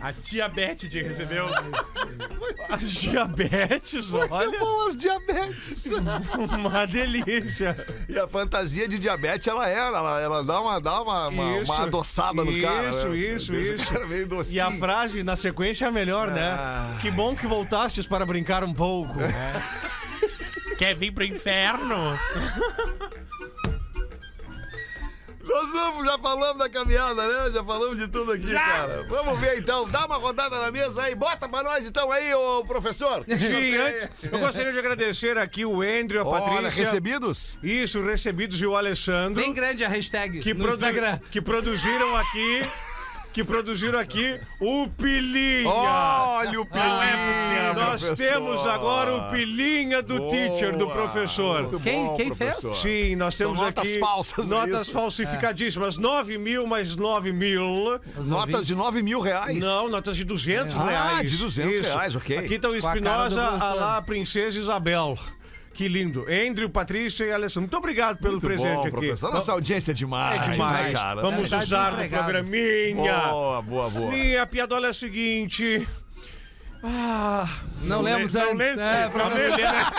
Speaker 5: A diabetes te recebeu.
Speaker 7: As diabetes,
Speaker 1: Olha.
Speaker 7: olha,
Speaker 1: boas diabetes.
Speaker 7: uma delícia.
Speaker 1: e a fantasia de diabetes, ela é, ela, ela dá uma, dá uma, uma,
Speaker 7: Isso.
Speaker 1: uma adoçada no cara.
Speaker 7: Isso,
Speaker 1: né?
Speaker 7: isso,
Speaker 1: Deixa
Speaker 7: isso.
Speaker 1: O cara meio docinho.
Speaker 7: E a frase na sequência é a melhor, né?
Speaker 1: Ah.
Speaker 7: Que bom que voltastes para brincar um pouco.
Speaker 5: Quer vir pro inferno?
Speaker 1: Nós vamos, já falamos da caminhada, né? Já falamos de tudo aqui, cara. Vamos ver então, dá uma rodada na mesa aí, bota pra nós então aí, ô professor.
Speaker 7: Sim, antes, eu gostaria de agradecer aqui o Andrew, a Patrícia.
Speaker 1: Olha, recebidos?
Speaker 7: Isso, recebidos e o Alessandro.
Speaker 4: Bem grande a hashtag
Speaker 7: que,
Speaker 4: no
Speaker 7: produ-
Speaker 4: Instagram.
Speaker 7: que produziram aqui. Que produziram aqui o Pilinha.
Speaker 1: Olha o
Speaker 7: Não é
Speaker 1: Pilinha,
Speaker 7: possível. Nós
Speaker 1: professor.
Speaker 7: temos agora o Pilinha do
Speaker 1: Boa.
Speaker 7: teacher, do professor.
Speaker 1: Muito
Speaker 4: Quem-
Speaker 1: bom,
Speaker 4: quem fez?
Speaker 1: professor.
Speaker 7: Sim, nós
Speaker 1: São
Speaker 7: temos
Speaker 1: notas
Speaker 7: aqui
Speaker 1: falsas, é
Speaker 7: notas
Speaker 1: isso. É.
Speaker 7: falsificadíssimas. 9 mil mais 9 mil.
Speaker 1: Notas de 9 mil reais?
Speaker 7: Não, notas de 200
Speaker 1: Ah,
Speaker 7: reais.
Speaker 1: de 200 reais, ok.
Speaker 7: Aqui estão
Speaker 4: Com a cara do
Speaker 7: Espinosa, a
Speaker 4: Bolsonaro.
Speaker 7: lá Princesa Isabel. Que lindo. Andrew, Patrícia e Alessandro. Muito obrigado pelo
Speaker 1: Muito
Speaker 7: presente
Speaker 1: bom,
Speaker 7: aqui.
Speaker 1: professor. Nossa audiência é demais,
Speaker 7: É
Speaker 1: né,
Speaker 7: demais.
Speaker 1: cara?
Speaker 7: Vamos
Speaker 4: É, tá
Speaker 7: usar no
Speaker 4: desempregado.
Speaker 7: programinha.
Speaker 1: Boa, boa, boa.
Speaker 7: E a piadola é a seguinte. Ah,
Speaker 4: Não lemos
Speaker 7: le- não
Speaker 4: antes,
Speaker 7: lemos.
Speaker 4: né,
Speaker 7: A
Speaker 4: professor?
Speaker 7: mulher-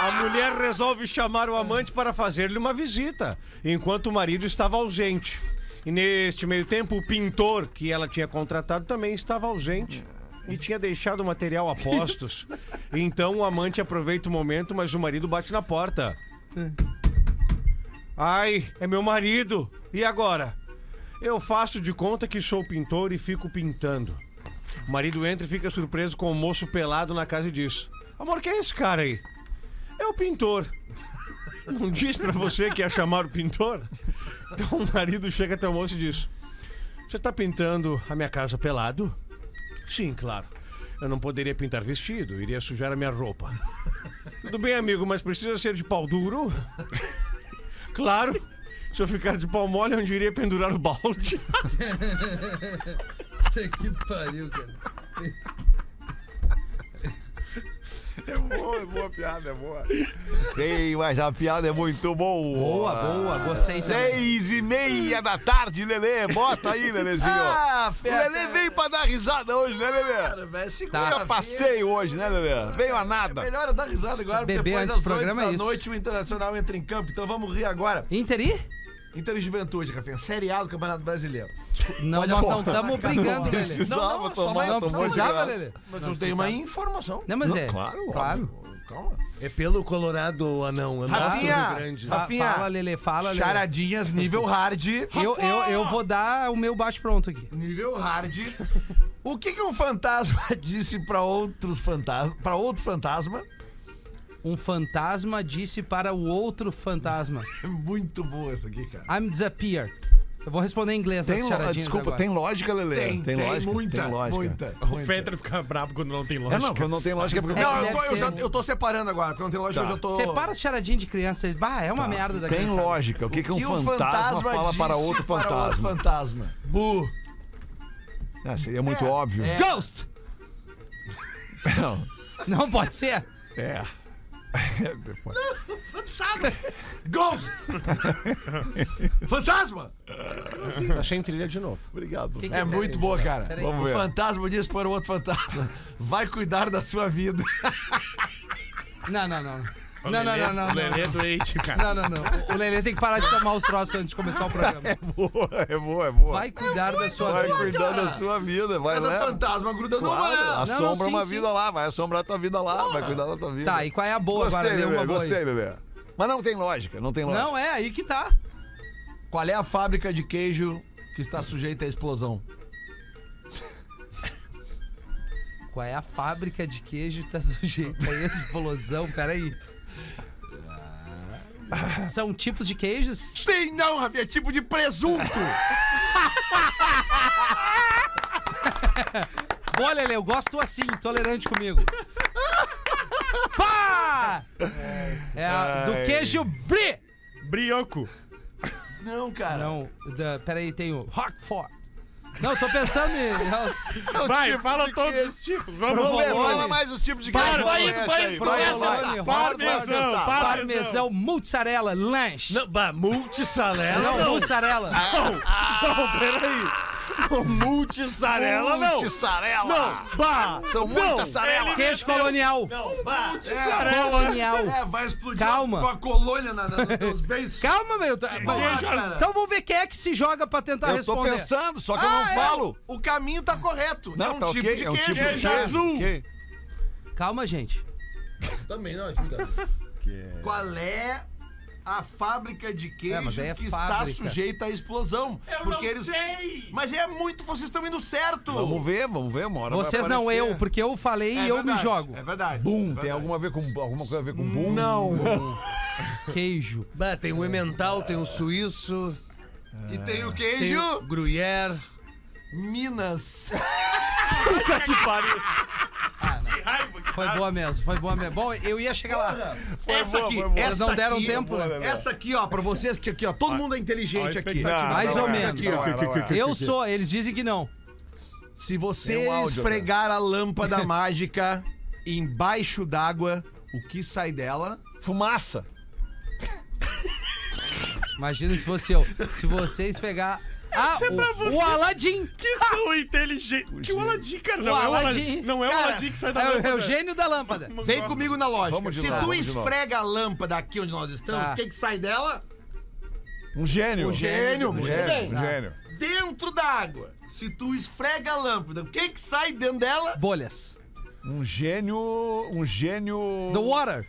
Speaker 7: A mulher resolve chamar o amante para fazer-lhe uma visita, enquanto o marido estava ausente. E neste meio tempo, o pintor que ela tinha contratado também estava ausente. E tinha deixado o material a postos. Então o amante aproveita o momento, mas o marido bate na porta. Ai, é meu marido. E agora? Eu faço de conta que sou pintor e fico pintando. O marido entra e fica surpreso com o moço pelado na casa e diz: Amor, quem é esse cara aí? É o pintor. Não diz pra você que ia chamar o pintor? Então o marido chega até o moço e diz: Você tá pintando a minha casa pelado? Sim, claro. Eu não poderia pintar vestido, iria sujar a minha roupa. Tudo bem, amigo, mas precisa ser de pau duro? Claro. Se eu ficar de pau mole, eu iria pendurar o balde.
Speaker 4: que pariu, cara.
Speaker 1: É boa, é boa a piada, é boa. Tem, mas a piada é muito boa.
Speaker 4: Boa,
Speaker 1: Ah,
Speaker 4: boa, gostei também.
Speaker 1: Seis e meia da tarde, Lelê. Bota aí, Lelezinho.
Speaker 6: Ah,
Speaker 1: o
Speaker 6: fera.
Speaker 1: Lelê veio pra dar risada hoje, né, Lelê?
Speaker 4: Tá.
Speaker 1: Eu passei hoje, né, Lelê? Veio a nada.
Speaker 6: Melhor eu dar risada agora, porque
Speaker 4: Beber
Speaker 6: depois
Speaker 4: antes
Speaker 6: das
Speaker 4: do
Speaker 6: 8
Speaker 4: programa é
Speaker 6: da
Speaker 4: isso.
Speaker 6: noite o Internacional entra em campo, então vamos rir agora.
Speaker 4: Interi?
Speaker 6: Inter e Juventude, Rafinha. Série A do Campeonato Brasileiro.
Speaker 4: Não, nós não estamos
Speaker 1: um.
Speaker 4: brigando, Lelê.
Speaker 1: precisava
Speaker 6: Não, não, é só
Speaker 1: tomar,
Speaker 6: mais-
Speaker 4: Não
Speaker 1: tomou
Speaker 4: precisava,
Speaker 1: de graça.
Speaker 4: Lelê.
Speaker 6: Mas eu tenho uma informação.
Speaker 4: Não, mas
Speaker 1: Não,
Speaker 4: é.
Speaker 1: claro,
Speaker 4: claro.
Speaker 6: Calma.
Speaker 7: É pelo Colorado, anão.
Speaker 6: é
Speaker 7: Anão do Rio
Speaker 6: Rafinha,
Speaker 7: Grande.
Speaker 4: Fa-
Speaker 6: Rafinha,
Speaker 4: Fala, Lelê, fala, Lelê.
Speaker 6: Charadinhas nível hard.
Speaker 4: Eu, eu, eu vou dar o meu baixo pronto aqui.
Speaker 6: Nível hard. O que, que um fantasma disse pra outros fantasmas? Pra outro fantasma?
Speaker 4: Um fantasma disse para o outro fantasma:
Speaker 6: É muito boa essa aqui, cara.
Speaker 4: I'm disappear. Eu vou responder em inglês
Speaker 1: Tem,
Speaker 4: as
Speaker 1: lo- ah,
Speaker 4: charadinhas
Speaker 1: desculpa,
Speaker 4: agora.
Speaker 1: tem lógica, Lelê? lógica.
Speaker 6: Muita,
Speaker 1: tem lógica.
Speaker 6: muita.
Speaker 5: O Fetter fica bravo quando não tem
Speaker 1: É,
Speaker 5: lógica.
Speaker 1: não, quando não tem lógica é porque.
Speaker 6: Não, eu
Speaker 4: Deve
Speaker 6: tô, eu
Speaker 4: ser
Speaker 6: já-
Speaker 4: um-
Speaker 6: eu tô separando agora, porque não tem lógica,
Speaker 1: Tá.
Speaker 6: eu já tô...
Speaker 4: Separa as charadinhas de crianças. Bah, é uma merda daqui.
Speaker 1: Tem lógica. O que, que um fantasma, fala para
Speaker 6: disse
Speaker 1: outro
Speaker 6: para
Speaker 1: fantasma?
Speaker 6: outro fantasma? Bu.
Speaker 1: Ah, seria muito óbvio.
Speaker 4: é. Ghost!
Speaker 1: Não.
Speaker 4: Não pode ser.
Speaker 1: É. Depois.
Speaker 6: Ghost! fantasma!
Speaker 8: Achei em trilha de novo.
Speaker 1: Obrigado.
Speaker 4: Que que
Speaker 6: É muito boa, cara.
Speaker 4: Peraí.
Speaker 1: Vamos
Speaker 6: O
Speaker 1: ver.
Speaker 6: fantasma disse para o outro fantasma: vai cuidar da sua vida.
Speaker 4: Não, não, não. Não, não, não, não.
Speaker 5: O Lelê é
Speaker 4: não.
Speaker 5: doente, cara.
Speaker 4: Não, não, não. O Lelê tem que parar de tomar os troços antes de começar o programa.
Speaker 1: Boa, é boa, é boa.
Speaker 4: Vai cuidar da sua
Speaker 1: Vai
Speaker 4: vida.
Speaker 1: cuidar da sua vida, vai né?
Speaker 6: Cada
Speaker 1: lá.
Speaker 6: fantasma grudando no
Speaker 1: Claro,
Speaker 6: humano.
Speaker 1: assombra
Speaker 4: Não, não, sim,
Speaker 1: uma
Speaker 4: sim.
Speaker 1: vida lá, vai assombrar tua vida lá, vai cuidar da tua vida.
Speaker 4: Tá, e qual é a boa agora?
Speaker 1: Gostei,
Speaker 4: Lelê? Uma
Speaker 1: Lelê,
Speaker 4: boa aí.
Speaker 1: gostei, Lelê. Mas não tem lógica, não tem lógica.
Speaker 4: Não, é aí que tá.
Speaker 6: Qual é a fábrica de queijo que está sujeita à explosão?
Speaker 4: Qual é a fábrica de queijo que tá sujeita a explosão? Peraí. São tipos de queijos?
Speaker 6: Ah. Sim, não, Rafinha, é tipo de presunto.
Speaker 4: Boa, Lelê, eu gosto assim, tolerante comigo. Pá! É a do
Speaker 1: Ai.
Speaker 4: queijo brie!
Speaker 5: Brioco.
Speaker 6: não, cara.
Speaker 4: Não, da, peraí, tem o Rockford. Não, eu tô pensando em.
Speaker 5: Vai, fala todos os tipos. Vamos
Speaker 1: Vamos ver,
Speaker 5: lá.
Speaker 4: Provolone.
Speaker 1: fala mais os tipos de queijo. que tu
Speaker 5: vai indo,
Speaker 1: conhece
Speaker 5: vai
Speaker 1: aí.
Speaker 5: indo,
Speaker 1: Vai,
Speaker 4: começa.
Speaker 1: vai.
Speaker 4: Provolone,
Speaker 5: Parmesão,
Speaker 1: Vai, vai,
Speaker 4: Parmesão, mozzarella, lanche.
Speaker 7: Não, bah, multissalé. Ah,
Speaker 4: Não, mussarela.
Speaker 7: Não, peraí. Multissalé, não.
Speaker 1: Mussarela.
Speaker 7: Não, bah.
Speaker 1: São muitas sarelas.
Speaker 4: Queijo colonial.
Speaker 7: Não, bah.
Speaker 4: Colonial.
Speaker 6: É, vai explodir
Speaker 4: Calma.
Speaker 6: com a colônia na, na, nos teus bens.
Speaker 4: Calma, meu. tá-
Speaker 6: Vamos lá, cara.
Speaker 4: Então vamos ver quem é que se joga pra tentar
Speaker 1: Eu tô
Speaker 4: responder.
Speaker 1: pensando, só que eu não
Speaker 4: Ah, é.
Speaker 1: falo.
Speaker 6: O caminho tá correto.
Speaker 1: Não,
Speaker 6: é um
Speaker 1: tá
Speaker 6: tipo
Speaker 1: ok,
Speaker 6: de
Speaker 1: é um
Speaker 6: queijo.
Speaker 1: tipo de queijo.
Speaker 5: azul.
Speaker 1: Ok.
Speaker 4: Calma, gente.
Speaker 6: Também não ajuda. Qual é a fábrica de
Speaker 4: É, mas
Speaker 6: queijo
Speaker 4: daí é
Speaker 6: que
Speaker 4: fábrica.
Speaker 6: está sujeita à explosão? Eu porque eles...
Speaker 5: sei.
Speaker 6: Mas é muito, vocês estão indo certo.
Speaker 1: Vamos ver, vamos ver, uma hora vai
Speaker 4: Vocês não,
Speaker 1: aparecer.
Speaker 4: eu, porque eu falei
Speaker 6: É
Speaker 4: e eu
Speaker 6: verdade,
Speaker 4: me jogo.
Speaker 6: É verdade.
Speaker 1: Bum, tem alguma, a ver com, alguma coisa a ver com bum?
Speaker 6: Não.
Speaker 4: Queijo.
Speaker 7: Bah, tem um o Emmental, tem o Suíço, É.
Speaker 6: E tem o
Speaker 7: tem
Speaker 6: queijo
Speaker 7: o Gruyère.
Speaker 6: Minas.
Speaker 4: Foi boa mesmo, foi boa mesmo. Bom, eu ia chegar lá.
Speaker 6: essa aqui,
Speaker 4: Eles
Speaker 6: essa
Speaker 4: não deram
Speaker 6: aqui,
Speaker 4: tempo, né?
Speaker 6: Essa aqui, ó, pra vocês que aqui, ó, todo mundo é inteligente aqui.
Speaker 4: Mais ou
Speaker 1: é,
Speaker 4: menos.
Speaker 1: Ah, não é, não é.
Speaker 4: Eu sou, eles dizem que não.
Speaker 6: Se você
Speaker 1: Tem um áudio,
Speaker 6: esfregar a lâmpada mágica embaixo d'água, o que sai dela?
Speaker 1: Fumaça.
Speaker 4: Imagina se fosse eu. Se vocês pegar. Ah,
Speaker 7: é
Speaker 4: o, o Aladim!
Speaker 5: Que são inteligentes. Que o Aladim, cara. Não
Speaker 4: O
Speaker 5: é o
Speaker 4: Aladim.
Speaker 5: Aladim. Não é o
Speaker 6: Cara,
Speaker 5: Aladim que sai da
Speaker 4: É o,
Speaker 5: lâmpada.
Speaker 4: é o gênio da lâmpada.
Speaker 6: Vem comigo na lógica.
Speaker 1: Vamos de
Speaker 6: Se
Speaker 1: novo,
Speaker 6: tu
Speaker 1: vamos de novo.
Speaker 6: esfrega a lâmpada aqui onde nós estamos,
Speaker 4: Tá.
Speaker 6: o que que sai dela?
Speaker 1: Um gênio.
Speaker 4: O gênio,
Speaker 1: Um
Speaker 4: muito
Speaker 1: gênio,
Speaker 4: bem.
Speaker 1: um gênio.
Speaker 6: Dentro da água. Se tu esfrega a lâmpada, o que que sai dentro dela?
Speaker 4: Bolhas.
Speaker 1: Um gênio. Um gênio.
Speaker 4: The Water.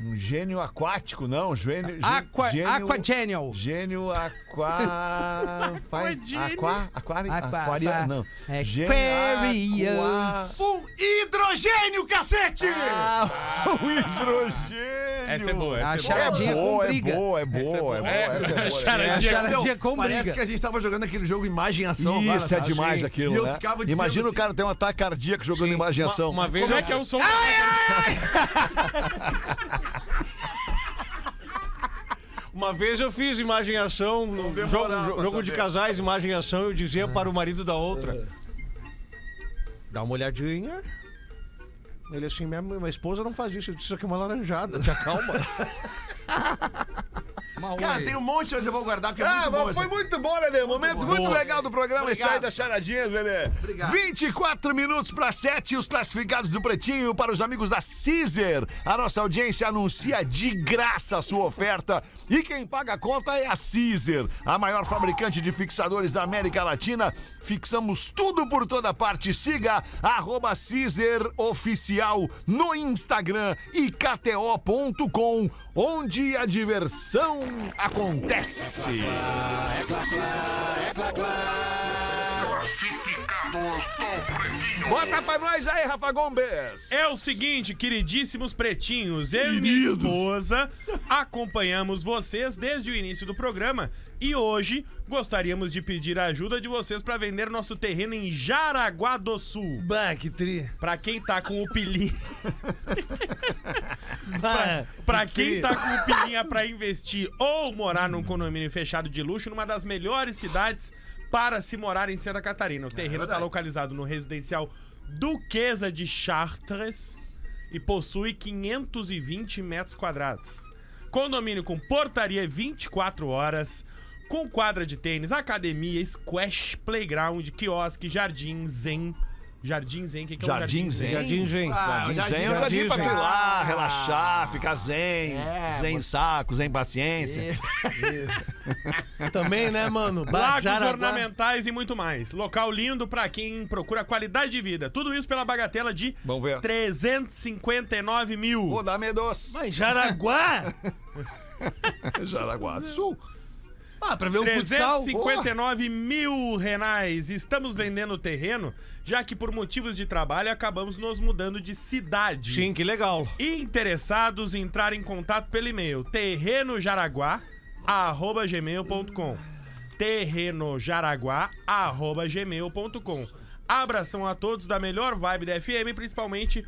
Speaker 1: Um gênio aquático, não. Gênio. gê-
Speaker 4: Aqua,
Speaker 1: gênio,
Speaker 4: Aqua Genial.
Speaker 1: Gênio aqua. Fai, aqua. Aquari,
Speaker 4: Aqua-
Speaker 1: aquaria, Ah, não.
Speaker 4: É
Speaker 1: Gênio
Speaker 4: Aquarius.
Speaker 1: aqua-
Speaker 6: Um hidrogênio, cacete!
Speaker 1: Ah, o hidrogênio.
Speaker 5: Essa é boa, essa
Speaker 4: A
Speaker 5: é boa.
Speaker 4: charadinha
Speaker 1: é
Speaker 4: com
Speaker 1: boa, é
Speaker 4: briga.
Speaker 1: boa, é boa, é boa. Essa é boa.
Speaker 4: É a
Speaker 5: Charadinha.
Speaker 4: charadinha com
Speaker 6: Então, Parece
Speaker 4: briga.
Speaker 6: que a gente tava jogando aquele jogo imagem e ação. agora,
Speaker 1: Isso é
Speaker 6: sabe?
Speaker 1: demais aquilo,
Speaker 6: E eu
Speaker 1: né?
Speaker 6: ficava dizendo
Speaker 1: Imagina o
Speaker 6: assim,
Speaker 1: cara ter um ataque cardíaco jogando imagem e ação.
Speaker 8: Uma vez
Speaker 5: Como
Speaker 8: eu
Speaker 5: é que é o som?
Speaker 8: Uma vez eu fiz imagem e ação, no jogo,
Speaker 1: demorar
Speaker 8: jo-
Speaker 1: pra
Speaker 8: jogo de
Speaker 1: saber. É.
Speaker 8: casais, imagem e ação, eu dizia para o marido da outra: dá uma olhadinha. Ele assim, minha, minha esposa não faz isso, eu disse isso aqui é uma laranjada, te acalma.
Speaker 6: Cara, tem um monte, mas eu vou guardar porque é
Speaker 1: Ah, mas
Speaker 6: muito bom.
Speaker 1: foi
Speaker 6: esse-
Speaker 1: muito bom, Lelê. Momento muito legal do programa. Esse
Speaker 6: Obrigado.
Speaker 1: aí das charadinhas, Lelê.
Speaker 6: Obrigado.
Speaker 1: 24 minutos para 7. Os classificados do Pretinho para os amigos da Caesar. A nossa audiência anuncia de graça a sua oferta. E quem paga a conta é a Caesar, a maior fabricante de fixadores da América Latina. Fixamos tudo por toda parte. Siga arroba Caesar Oficial no Instagram e KTO.com, onde a diversão acontece. Bota pra nós aí, Rafa Gomes!
Speaker 5: É o seguinte, queridíssimos pretinhos, eu e minha esposa acompanhamos vocês desde o início do programa e hoje gostaríamos de pedir a ajuda de vocês para vender nosso terreno em Jaraguá do Sul.
Speaker 7: Bah, que tri.
Speaker 5: Pra quem tá com o pilinho,
Speaker 4: Ah,
Speaker 7: Bah,
Speaker 5: para
Speaker 7: que
Speaker 5: quem
Speaker 7: tri.
Speaker 5: tá com o pilinha para investir ou morar num condomínio fechado de luxo numa das melhores cidades para se morar em Santa Catarina.
Speaker 1: É
Speaker 5: O terreno está localizado no residencial Duquesa de Chartres e possui 520 metros quadrados. Condomínio com portaria 24 horas, com quadra de tênis, academia, squash, playground, quiosque, jardim zen. Jardim zen, o que, que é um
Speaker 1: Jardim zen.
Speaker 7: Jardim, gente.
Speaker 1: Ah, o jardim, é um jardim
Speaker 7: jardim,
Speaker 1: pra tu ir
Speaker 7: jardim.
Speaker 6: Ah,
Speaker 1: lá, relaxar, ficar zen,
Speaker 6: É,
Speaker 1: zen saco, zen paciência.
Speaker 7: Também, né, mano? Bah,
Speaker 5: Lagos
Speaker 7: Jaraguá.
Speaker 5: ornamentais e muito mais. Local lindo pra quem procura qualidade de vida. Tudo isso pela bagatela de
Speaker 1: Vamos ver.
Speaker 5: 359 mil.
Speaker 1: Vou dar medos.
Speaker 7: Mas Jaraguá?
Speaker 1: Jaraguá do Sul.
Speaker 7: Ah, pra ver o futsal.
Speaker 5: 359 mil renais. Estamos vendendo o terreno, já que por motivos de trabalho acabamos nos mudando de cidade.
Speaker 7: Sim, que legal.
Speaker 5: Interessados entrar em contato pelo e-mail terrenojaraguá@gmail.com. terrenojaraguá@gmail.com. Abração a todos da melhor vibe da FM, principalmente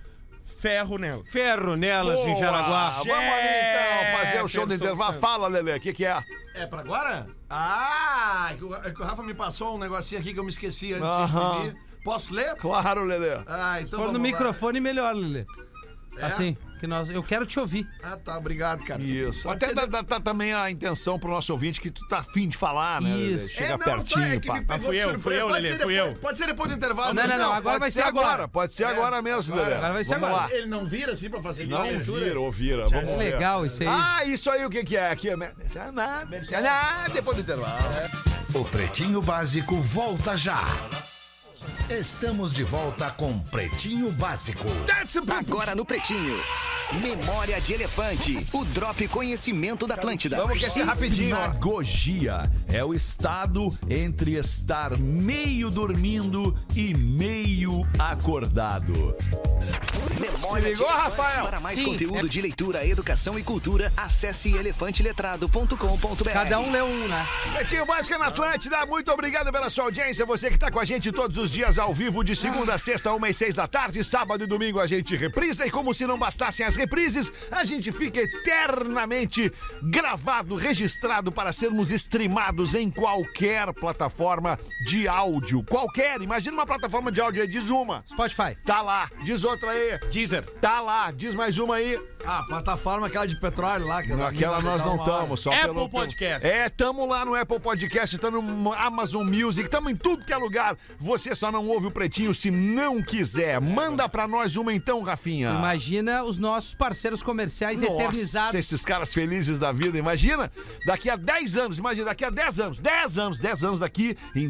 Speaker 5: ferro nela.
Speaker 7: Ferro nelas em tá assim, Jaraguá.
Speaker 1: Vamos ali então fazer o show do
Speaker 5: Jefferson
Speaker 1: intervalo.
Speaker 5: Santos.
Speaker 1: Fala, Lelê, o que, que é?
Speaker 6: É pra agora? Ah, é que o, é que o Rafa me passou um negocinho aqui que eu me esqueci antes
Speaker 1: Aham.
Speaker 6: de escrever. Posso ler?
Speaker 1: Claro, Lelê.
Speaker 6: Ah, então.
Speaker 4: For no
Speaker 6: vamos lá.
Speaker 4: microfone melhor, Lelê.
Speaker 6: É?
Speaker 4: Assim, que nós, eu quero te ouvir.
Speaker 6: Ah, tá, obrigado, cara.
Speaker 1: Isso.
Speaker 6: Pode
Speaker 1: Até
Speaker 6: ser
Speaker 1: dá, dá- dá também a intenção pro nosso ouvinte que tu tá afim de falar, né? Lelê?
Speaker 4: Isso.
Speaker 1: Chega
Speaker 6: É, não,
Speaker 1: pertinho,
Speaker 6: só é que
Speaker 1: pá.
Speaker 6: me
Speaker 4: Ah,
Speaker 6: pegou
Speaker 5: fui
Speaker 6: de
Speaker 5: eu,
Speaker 6: surpresa.
Speaker 5: fui eu,
Speaker 6: Pode
Speaker 5: Lelê,
Speaker 6: ser
Speaker 5: fui
Speaker 6: depois-
Speaker 5: eu.
Speaker 6: Pode ser depois do intervalo. né?
Speaker 4: Não, não, não, agora
Speaker 1: Pode
Speaker 4: vai
Speaker 1: ser
Speaker 4: ser agora.
Speaker 1: agora, pode ser agora mesmo, Lelê.
Speaker 4: Agora vai ser
Speaker 1: Vamos
Speaker 4: agora.
Speaker 1: lá.
Speaker 6: Ele não vira assim pra fazer
Speaker 1: Não
Speaker 6: leitura?
Speaker 1: vira, ou vira. Vamos ver.
Speaker 4: Legal isso aí.
Speaker 1: Ah, isso aí o que, que é? Aqui, é me- já nada, já nada, Ah, depois do intervalo.
Speaker 2: O Pretinho Básico volta já. Estamos de volta com Pretinho Básico.
Speaker 9: Agora no Pretinho. Memória de Elefante. O Drop Conhecimento da Atlântida.
Speaker 1: Vamos que esse é rapidinho. ó.
Speaker 2: Hipnagogia é o estado entre estar meio dormindo e meio acordado.
Speaker 9: Memória
Speaker 1: Se ligou,
Speaker 9: de Elefante.
Speaker 1: Rafael?
Speaker 9: Para mais
Speaker 4: Sim,
Speaker 9: conteúdo de leitura, educação e cultura, acesse
Speaker 1: é.
Speaker 9: elefanteletrado.com.br.
Speaker 4: Cada um lê um, né?
Speaker 1: Pretinho Básico na Atlântida, muito obrigado pela sua audiência. Você que está com a gente todos os dias ao vivo, de segunda a sexta, uma e seis da tarde, sábado e domingo a gente reprisa. E como se não bastassem as reprises, a gente fica eternamente gravado, registrado para sermos streamados em qualquer plataforma de áudio. Qualquer, imagina uma plataforma de áudio é aí, diz uma.
Speaker 4: Spotify.
Speaker 1: Tá lá, diz outra aí.
Speaker 7: Deezer.
Speaker 1: Tá lá, diz mais uma aí.
Speaker 6: Ah, plataforma aquela de petróleo lá. Que
Speaker 1: Aquela nós não estamos, só
Speaker 5: Apple
Speaker 1: pelo
Speaker 5: Podcast.
Speaker 1: É, tamo lá no Apple Podcast, tamo no Amazon Music, tamo em tudo que é lugar. Você só não ouve o Pretinho se não quiser. Manda pra nós uma então, Rafinha.
Speaker 4: Imagina os nossos parceiros comerciais
Speaker 1: Nossa,
Speaker 4: eternizados.
Speaker 1: esses caras felizes da vida, imagina? Daqui a 10 anos, imagina, daqui a 10 anos, 10 anos, 10 anos daqui, em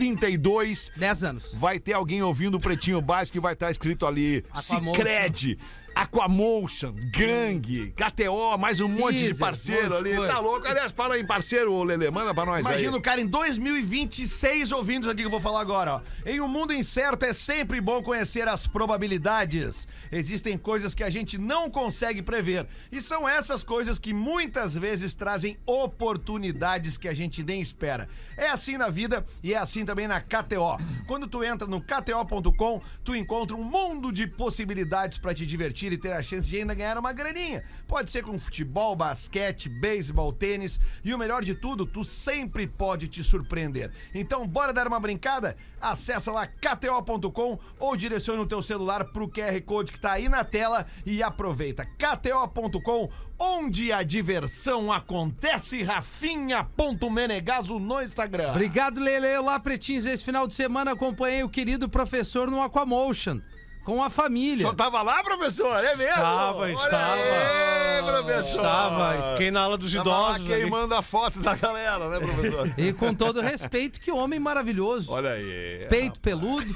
Speaker 1: 2032,
Speaker 4: 10 anos.
Speaker 1: vai ter alguém ouvindo o Pretinho Básico e vai estar escrito ali
Speaker 4: Aquamotion.
Speaker 1: Cicred, Aquamotion, Gang, KTO, mais um monte de
Speaker 4: Caesar, um
Speaker 1: parceiro
Speaker 4: monte de
Speaker 1: ali.
Speaker 4: coisa.
Speaker 1: Tá louco? Aliás, fala em parceiro, ô Lele, manda pra nós
Speaker 6: Imagina
Speaker 1: aí.
Speaker 6: o cara em 2026 ouvindo isso aqui que eu vou falar agora. Ó. Em um mundo incerto é sempre bom conhecer as probabilidades. Existem coisas que a gente não consegue prever. E são essas coisas que muitas vezes trazem oportunidades que a gente nem espera. É assim na vida e é assim também na KTO. Quando tu entra no KTO.com, tu encontra um mundo de possibilidades para te divertir investir e ter a chance de ainda ganhar uma graninha. Pode ser com futebol, basquete, beisebol, tênis e o melhor de tudo, tu sempre pode te surpreender. Então bora dar uma brincada? Acessa lá kto.com ou direcione o teu celular pro QR Code que tá aí na tela e aproveita kto.com onde a diversão acontece, rafinha.menegaso no Instagram.
Speaker 4: Obrigado, Lele. Olá, pretinhos. Esse final de semana acompanhei o querido professor no Aquamotion. Com a família.
Speaker 1: Só tava lá, professor, é mesmo?
Speaker 7: Estava,
Speaker 1: Olha
Speaker 7: estava.
Speaker 1: aí, professor.
Speaker 7: Estava, fiquei na ala dos
Speaker 1: Tava lá
Speaker 7: idosos. ali.
Speaker 1: queimando a foto da galera, né, professor?
Speaker 4: E com todo respeito, que homem maravilhoso.
Speaker 1: Olha aí.
Speaker 4: Peito peludo,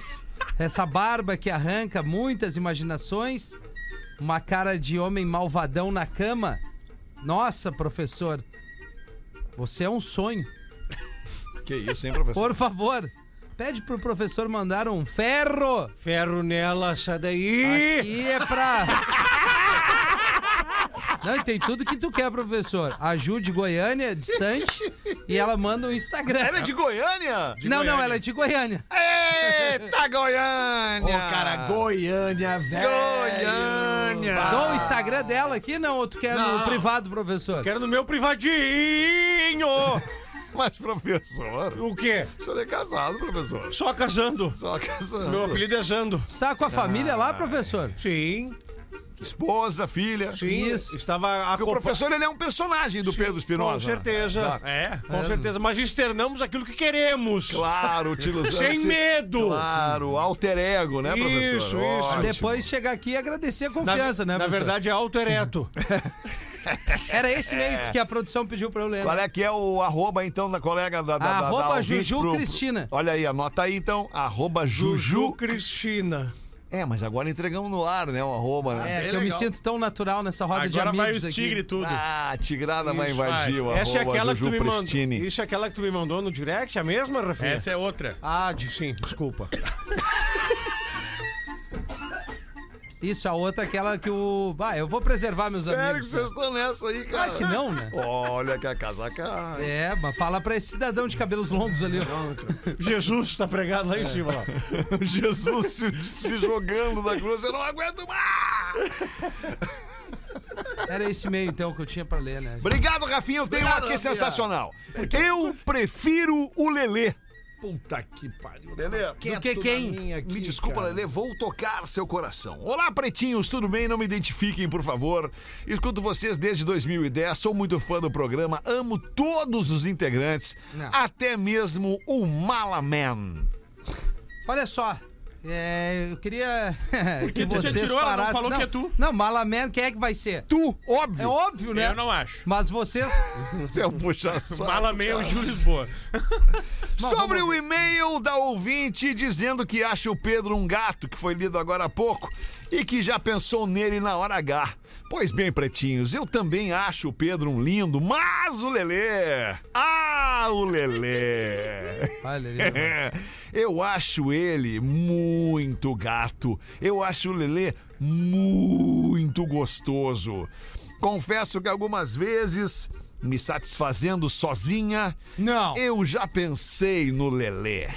Speaker 4: essa barba que arranca muitas imaginações, uma cara de homem malvadão na cama. Nossa, professor, você é um sonho.
Speaker 1: Que isso, hein, professor?
Speaker 4: Por favor, pede pro professor mandar um ferro.
Speaker 7: Ferro nela, sai daí.
Speaker 4: Aqui é pra. Não, e tem tudo que tu quer, professor. Ajude Goiânia, distante, e ela manda um Instagram.
Speaker 1: Ela é de Goiânia?
Speaker 4: não, não, ela é de Goiânia.
Speaker 1: Eita, Goiânia! Ô, cara,
Speaker 6: Goiânia, velho.
Speaker 1: Goiânia!
Speaker 4: Dou o Instagram dela aqui, não? Ou tu quer no privado, professor?
Speaker 7: Quero no meu privadinho.
Speaker 1: Mas, professor,
Speaker 7: o quê?
Speaker 1: o senhor é casado, professor.
Speaker 7: Só casando.
Speaker 1: Só casando.
Speaker 7: Meu apelido é Jando.
Speaker 4: Tá com a família lá, professor?
Speaker 7: Sim,
Speaker 1: Esposa, filha.
Speaker 7: sim.
Speaker 4: Isso.
Speaker 7: Estava
Speaker 1: Porque o professor, ele é um personagem do Pedro Espinosa.
Speaker 7: Com certeza.
Speaker 1: Exato.
Speaker 7: É, com certeza. Mas externamos aquilo que queremos.
Speaker 1: Claro, utilizando
Speaker 7: Sem
Speaker 1: esse-
Speaker 7: medo.
Speaker 1: Claro, alter ego, né, professor?
Speaker 7: Isso, isso.
Speaker 1: Ótimo.
Speaker 4: Depois chegar aqui e agradecer a
Speaker 7: Na,
Speaker 4: confiança, né,
Speaker 7: na
Speaker 4: professor?
Speaker 7: verdade, é alto ereto.
Speaker 4: Era esse meio que a produção pediu pra eu ler.
Speaker 1: Qual é que é o arroba, então, da colega da... da- da, da
Speaker 4: Arroba
Speaker 1: ouvinte
Speaker 4: Juju Cristina.
Speaker 1: Olha aí, anota aí, então. Arroba Juju...
Speaker 7: Cristina.
Speaker 1: É, mas agora entregamos no ar, né, o arroba, né?
Speaker 4: É, que eu me sinto tão natural nessa roda de
Speaker 5: Agora
Speaker 4: amigos
Speaker 5: vai os
Speaker 4: aqui.
Speaker 5: tigre e tudo.
Speaker 1: Ah, a tigrada vai invadir o
Speaker 7: Essa é
Speaker 1: arroba
Speaker 7: aquela que
Speaker 1: Juju
Speaker 7: tu me mandou.
Speaker 1: Pristine.
Speaker 7: Isso é aquela que tu me mandou no direct, a mesma, Rafinha?
Speaker 5: Essa é outra.
Speaker 7: Ah, de, sim, desculpa.
Speaker 4: Isso, a outra, aquela que o... Ah, eu vou preservar meus
Speaker 1: Sério que
Speaker 4: amigos. né?
Speaker 1: vocês estão nessa aí, cara?
Speaker 4: Claro que não, né?
Speaker 1: Olha que a casa cai.
Speaker 4: É, mas fala pra esse cidadão de cabelos longos ali. ó.
Speaker 7: Jesus tá pregado lá em cima. ó.
Speaker 1: Jesus se, se jogando da cruz, eu não aguento mais!
Speaker 4: Era esse meio, então, que eu tinha pra ler, né?
Speaker 1: Obrigado, Rafinha, eu tenho uma aqui sensacional. Eu prefiro o Lelê.
Speaker 6: Puta que pariu.
Speaker 1: Lelê,
Speaker 6: Quieto
Speaker 4: que
Speaker 6: na
Speaker 4: quem?
Speaker 6: minha aqui,
Speaker 1: Me desculpa,
Speaker 6: cara.
Speaker 1: Lelê, vou tocar seu coração. Olá, pretinhos, tudo bem? Não me identifiquem, por favor. Escuto vocês desde 2010, sou muito fã do programa, amo todos os integrantes,
Speaker 4: Não.
Speaker 1: até mesmo o Malaman.
Speaker 4: Olha só. é, eu queria que
Speaker 5: que tu já
Speaker 4: vocês
Speaker 5: tirou? Ela não
Speaker 4: parassem.
Speaker 5: falou que é tu.
Speaker 4: Não, Malaman, quem é que vai ser?
Speaker 1: Tu, óbvio,
Speaker 4: É óbvio, né?
Speaker 5: Eu não acho.
Speaker 4: Mas vocês...
Speaker 1: é um puxa-saco.
Speaker 5: Mala meia é o Júlio Lisboa.
Speaker 1: Sobre o e-mail da ouvinte dizendo que acha o Pedro um gato, que foi lido agora há pouco, e que já pensou nele na hora H. Pois bem, pretinhos, eu também acho o Pedro um lindo, mas o Lelê. Ah, o Lelê.
Speaker 4: Olha ali,
Speaker 1: Eu acho ele muito gato. Eu acho o Lelê muito gostoso. Confesso que algumas vezes, me satisfazendo sozinha,
Speaker 4: Não.
Speaker 1: eu já pensei no Lelê.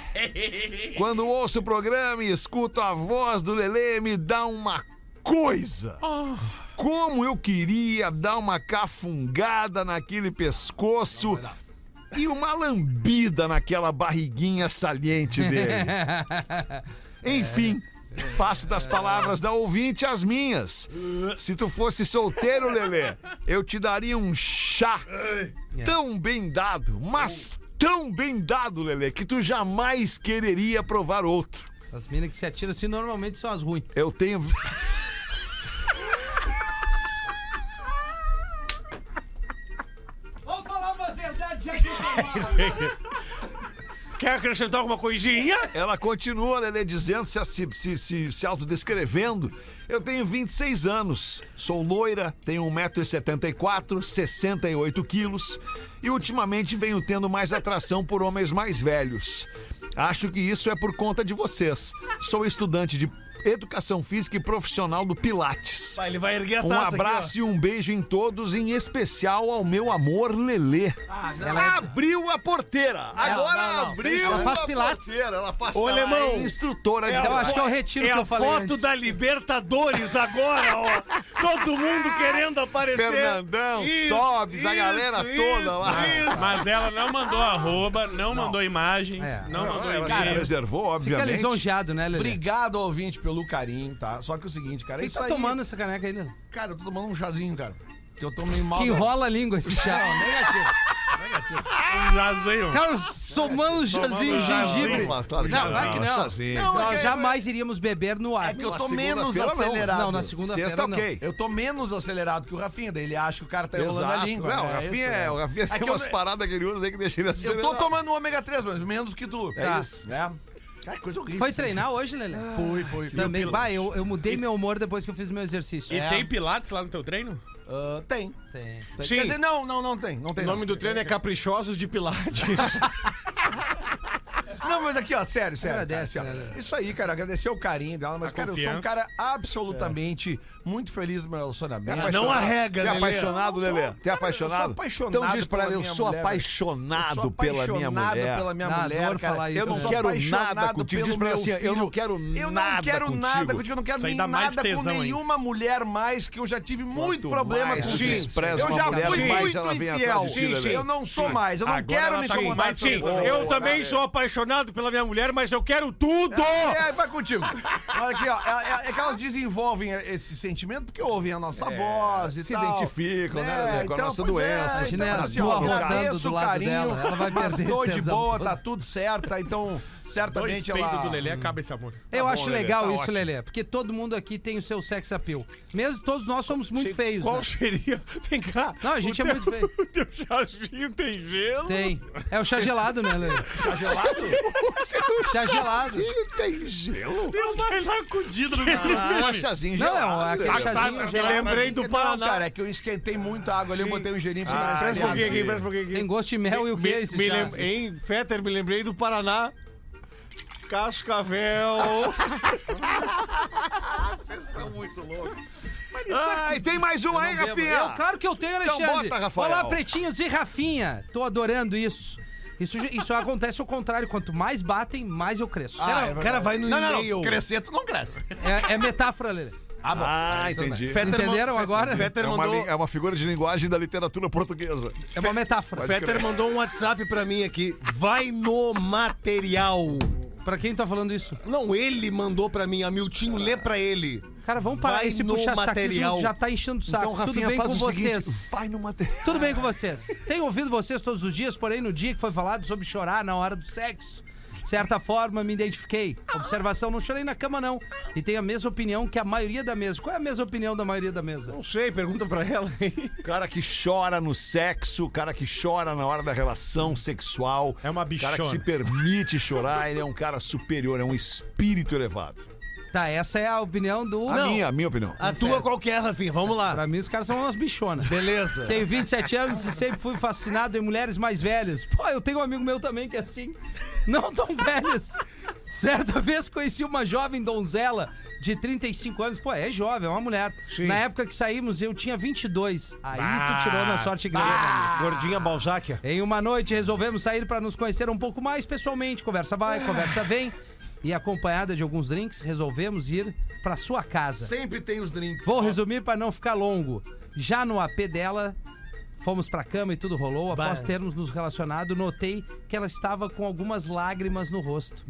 Speaker 1: Quando ouço o programa e escuto a voz do Lelê, me dá uma coisa. Como eu queria dar uma cafungada naquele pescoço e uma lambida naquela barriguinha saliente dele. Enfim, faço das palavras da ouvinte as minhas. Se tu fosse solteiro, Lelê, eu te daria um chá tão bem dado, mas tão bem dado, Lelê, que tu jamais quereria provar outro.
Speaker 4: As minas que se atiram assim normalmente são as ruins.
Speaker 1: Eu tenho.
Speaker 4: Vamos falar uma verdade já que
Speaker 7: Quer acrescentar alguma coisinha?
Speaker 1: Ela continua, Lelê, dizendo, se, se, se, se, se autodescrevendo. Eu tenho 26 anos, sou loira, tenho 1,74m, 68 quilos e ultimamente venho tendo mais atração por homens mais velhos. Acho que isso é por conta de vocês. Sou estudante de Educação Física e Profissional do Pilates.
Speaker 7: Vai, ele vai erguer a
Speaker 1: Um
Speaker 7: taça
Speaker 6: Tá,
Speaker 7: aqui, ó.
Speaker 1: abraço e um beijo em todos, em especial ao meu amor Lelê.
Speaker 6: Ah,
Speaker 1: abriu a porteira. Agora
Speaker 4: não, não.
Speaker 1: abriu
Speaker 4: Ela faz
Speaker 1: a
Speaker 4: pilates.
Speaker 1: porteira. Ela faz
Speaker 7: Ô,
Speaker 1: ela
Speaker 7: alemão.
Speaker 1: é instrutora de
Speaker 4: Então
Speaker 1: pilates.
Speaker 4: acho que eu retiro o
Speaker 7: é
Speaker 4: que eu
Speaker 7: a
Speaker 4: falei
Speaker 7: foto
Speaker 4: antes.
Speaker 7: da Libertadores agora, ó. Todo mundo querendo aparecer.
Speaker 1: Fernandão,
Speaker 7: Isso,
Speaker 1: Sobes, a galera
Speaker 7: isso,
Speaker 1: toda
Speaker 7: isso,
Speaker 1: lá.
Speaker 7: isso.
Speaker 5: Mas ela não mandou arroba, não, mandou imagens,
Speaker 4: É.
Speaker 5: não, mandou
Speaker 1: Ela se
Speaker 5: e-mail.
Speaker 1: preservou,
Speaker 4: Fica
Speaker 1: obviamente.
Speaker 4: lisonjeado, né, Lelê?
Speaker 6: Obrigado, ouvinte, pelo carinho, tá? Só que é o seguinte, cara,
Speaker 4: Quem
Speaker 6: isso
Speaker 4: tá
Speaker 6: aí-
Speaker 4: tomando essa caneca aí, Lelê?
Speaker 6: Cara, eu tô tomando um chazinho, cara. Que eu tô meio mal.
Speaker 1: né?
Speaker 4: Que
Speaker 6: da-
Speaker 4: enrola a língua esse chá. Ah,
Speaker 6: Não, negativo.
Speaker 5: Um jazinho.
Speaker 4: Cara, somando um chazinho de gengibre.
Speaker 1: Não, claro que
Speaker 4: Não, claro que não.
Speaker 1: Chazinho.
Speaker 4: Nós jamais iríamos beber no ar.
Speaker 6: É que eu
Speaker 1: Na
Speaker 6: tô menos
Speaker 1: segunda-feira, não.
Speaker 6: acelerado.
Speaker 4: Não, na segunda-feira
Speaker 1: Sexta,
Speaker 4: não.
Speaker 1: ok.
Speaker 6: Eu tô menos acelerado que o Rafinha, daí ele acha que o cara tá enrolando a
Speaker 1: Exato.
Speaker 6: língua.
Speaker 1: Não,
Speaker 6: né?
Speaker 1: o Rafinha,
Speaker 6: isso,
Speaker 1: é,
Speaker 6: né?
Speaker 1: o Rafinha
Speaker 6: É
Speaker 1: tem
Speaker 6: que eu
Speaker 1: umas
Speaker 6: não-
Speaker 1: paradas que ele usa aí que deixa ele
Speaker 6: Eu
Speaker 1: acelerado.
Speaker 6: tô tomando um ômega 3, mas menos que tu.
Speaker 4: Tá.
Speaker 6: É. Cara, que coisa horrível.
Speaker 4: Foi treinar hoje, Lelê?
Speaker 6: Foi, foi.
Speaker 4: Também. Bah, eu, eu mudei meu humor depois que eu fiz meu exercício. É,
Speaker 5: E tem pilates lá no teu treino?
Speaker 6: Ah, tem.
Speaker 4: Tem.
Speaker 6: tem.
Speaker 7: Sim.
Speaker 6: Quer dizer, não, não, não tem. Não tem.
Speaker 7: O nome
Speaker 6: não.
Speaker 7: do treino é Caprichosos de Pilates.
Speaker 6: Não, mas aqui, ó, sério, sério.
Speaker 4: Agradece,
Speaker 6: cara,
Speaker 4: né?
Speaker 6: sério. Isso aí, cara, agradecer o carinho dela, mas,
Speaker 5: A
Speaker 6: cara, eu sou um
Speaker 5: confiança.
Speaker 6: cara absolutamente muito feliz no meu relacionamento.
Speaker 1: Apaixonado.
Speaker 7: Não arrega,
Speaker 1: Tem
Speaker 7: Lelê.
Speaker 1: apaixonado, Lelê? Tem
Speaker 6: eu
Speaker 1: apaixonado?
Speaker 6: sou apaixonado
Speaker 1: Então diz pra ela,
Speaker 6: pela
Speaker 1: eu
Speaker 6: minha
Speaker 1: sou
Speaker 6: mulher, velho.
Speaker 1: apaixonado
Speaker 6: Eu sou
Speaker 1: pela minha
Speaker 6: apaixonado
Speaker 1: mulher.
Speaker 6: pela minha
Speaker 4: Ah,
Speaker 6: mulher,
Speaker 4: adoro
Speaker 6: cara.
Speaker 4: falar
Speaker 1: Eu
Speaker 4: isso,
Speaker 1: não
Speaker 4: né?
Speaker 6: sou
Speaker 1: quero
Speaker 6: apaixonado
Speaker 1: nada contigo.
Speaker 6: pelo
Speaker 1: Diz pra ela
Speaker 6: meu
Speaker 1: assim, eu
Speaker 6: filho.
Speaker 1: não quero
Speaker 6: Eu
Speaker 1: nada
Speaker 6: não quero
Speaker 1: contigo.
Speaker 6: nada contigo, eu não quero
Speaker 5: Isso aí
Speaker 6: nem
Speaker 5: dá mais
Speaker 6: nada com
Speaker 5: tesão ainda.
Speaker 6: nenhuma mulher mais, que eu já tive muito problema
Speaker 1: mais
Speaker 6: com
Speaker 1: tu
Speaker 6: isso.
Speaker 1: despreza
Speaker 6: Eu
Speaker 1: uma
Speaker 6: já
Speaker 1: mulher,
Speaker 6: fui
Speaker 1: mais
Speaker 6: muito
Speaker 1: ela vem atrás
Speaker 6: infiel.
Speaker 1: de ti, Lelê. é
Speaker 6: Eu não sou mais, eu não
Speaker 5: Agora
Speaker 6: quero
Speaker 5: ela
Speaker 6: me
Speaker 5: tá com
Speaker 6: incomodar
Speaker 5: mais
Speaker 6: com isso.
Speaker 5: tesão.
Speaker 7: eu também sou apaixonado pela minha mulher, mas eu quero tudo!
Speaker 6: É, vai contigo. Olha aqui, ó. É, é- é que elas desenvolvem esse sentimento porque ouvem a nossa voz e
Speaker 1: É, se
Speaker 6: tal.
Speaker 7: É,
Speaker 6: É, então,
Speaker 1: identificam, né, Lelê,
Speaker 7: então,
Speaker 1: com a nossa
Speaker 6: pois
Speaker 1: doença.
Speaker 4: Imagina ela,
Speaker 6: assim, ó,
Speaker 4: tua rodando
Speaker 6: agradeço
Speaker 4: do
Speaker 6: o
Speaker 4: lado dela, ela vai
Speaker 6: mas
Speaker 4: perder
Speaker 6: tô
Speaker 4: esse
Speaker 6: de
Speaker 4: tesão
Speaker 6: boa,
Speaker 4: todo.
Speaker 6: tá tudo certo, tá? então
Speaker 5: Dois
Speaker 6: certamente
Speaker 5: peitos
Speaker 6: ela...
Speaker 5: do Lelê, acaba esse amor.
Speaker 4: Eu acho
Speaker 5: bom, Lelê,
Speaker 4: legal
Speaker 5: tá
Speaker 4: isso,
Speaker 5: ótimo.
Speaker 4: Lelê, porque todo mundo aqui tem o seu sex appeal. Mesmo todos nós somos muito feios.
Speaker 7: Qual
Speaker 4: né?
Speaker 7: seria? Vem cá.
Speaker 4: Não, a gente é muito feio.
Speaker 7: O teu chazinho tem gelo?
Speaker 4: Tem. É o chá gelado, né, Lelê? Chá gelado? chá gelado.
Speaker 1: tem gelo?
Speaker 5: é
Speaker 7: Deu uma sacudida no
Speaker 1: Ah, chazinho
Speaker 4: Não,
Speaker 1: gelado.
Speaker 4: é aquele
Speaker 1: Lelê.
Speaker 4: chazinho
Speaker 1: Ah, tá,
Speaker 4: gelado.
Speaker 7: Lembrei do
Speaker 6: Não,
Speaker 7: Paraná.
Speaker 6: cara, é que eu esquentei muita água ali, eu botei um gelinho pra
Speaker 7: Ah,
Speaker 6: cima
Speaker 7: presta um pouquinho aqui,
Speaker 1: Entendi.
Speaker 7: presta um pouquinho aqui.
Speaker 4: Tem gosto de mel e o que é esse
Speaker 7: me
Speaker 4: chá?
Speaker 7: lem- Hein, Fetter, me lembrei do Paraná. Cascavel.
Speaker 1: Ah, e tem mais um aí,
Speaker 4: Não bebo. Eu,
Speaker 1: Rafinha.
Speaker 4: claro que eu tenho,
Speaker 1: Então
Speaker 4: Alexandre.
Speaker 1: bota, Rafael.
Speaker 4: Olá, pretinhos e Rafinha. Tô adorando isso. Isso, isso acontece ao contrário. Quanto mais batem, mais eu cresço.
Speaker 7: cara, o cara vai no
Speaker 6: Ah, Não, não,
Speaker 7: e-mail. então
Speaker 6: não. Crescer, tá tu não cresce.
Speaker 4: É, é metáfora, Lelê.
Speaker 7: é.
Speaker 1: Ah, entendi.
Speaker 4: Entenderam agora?
Speaker 1: É
Speaker 7: Fetter
Speaker 1: uma,
Speaker 7: mandou,
Speaker 1: li- Tá, é uma figura de linguagem da literatura portuguesa.
Speaker 4: É uma metáfora.
Speaker 7: Fetter mandou um WhatsApp pra mim aqui. Vai no material.
Speaker 4: Pra quem tá falando isso?
Speaker 7: Não, ele mandou pra mim. Amiltinho, lê pra ele.
Speaker 4: Cara, vamos parar
Speaker 7: Vai
Speaker 4: esse
Speaker 7: no
Speaker 4: puxa-saquismo
Speaker 7: material.
Speaker 4: já tá enchendo o saco.
Speaker 1: Então,
Speaker 4: Tudo
Speaker 1: Rafinha,
Speaker 4: bem
Speaker 1: faz
Speaker 4: com
Speaker 1: o
Speaker 4: vocês.
Speaker 1: seguinte, vai no material.
Speaker 4: Tudo bem com vocês. Tenho ouvido vocês todos os dias, porém no dia que foi falado sobre chorar na hora do sexo, de certa forma me identifiquei. Observação, não chorei na cama não. E tenho a mesma opinião que a maioria da mesa. Qual é a mesma opinião da maioria da mesa?
Speaker 7: Não sei, pergunta pra ela aí.
Speaker 1: Cara que chora no sexo, cara que chora na hora da relação sexual.
Speaker 5: É uma
Speaker 1: Cara que se
Speaker 5: bichona.
Speaker 1: permite chorar, ele é um cara superior, é um espírito elevado.
Speaker 4: Tá, essa é a opinião do...
Speaker 1: A minha, a minha opinião.
Speaker 7: A tua qual que é, Rafinha? Vamos lá.
Speaker 4: Pra mim os caras são umas bichonas.
Speaker 7: Beleza.
Speaker 4: Tenho 27 anos e sempre fui fascinado em mulheres mais velhas. Pô, eu tenho um amigo meu também que é assim. Não tão velhas. Certa vez conheci uma jovem donzela de 35 anos. Pô, é jovem, é uma mulher. Na época que saímos, eu tinha 22. Aí tu tirou na sorte grande. amigo.
Speaker 7: Gordinha Balzáquia.
Speaker 4: Em uma noite resolvemos sair para nos conhecer um pouco mais pessoalmente. Conversa vai, conversa vem. E acompanhada de alguns drinks, resolvemos ir para sua casa.
Speaker 6: Sempre tem os drinks.
Speaker 4: Vou resumir pra não ficar longo. Já no AP dela, fomos pra cama e tudo rolou. Após termos nos relacionado, notei que ela estava com algumas lágrimas no rosto.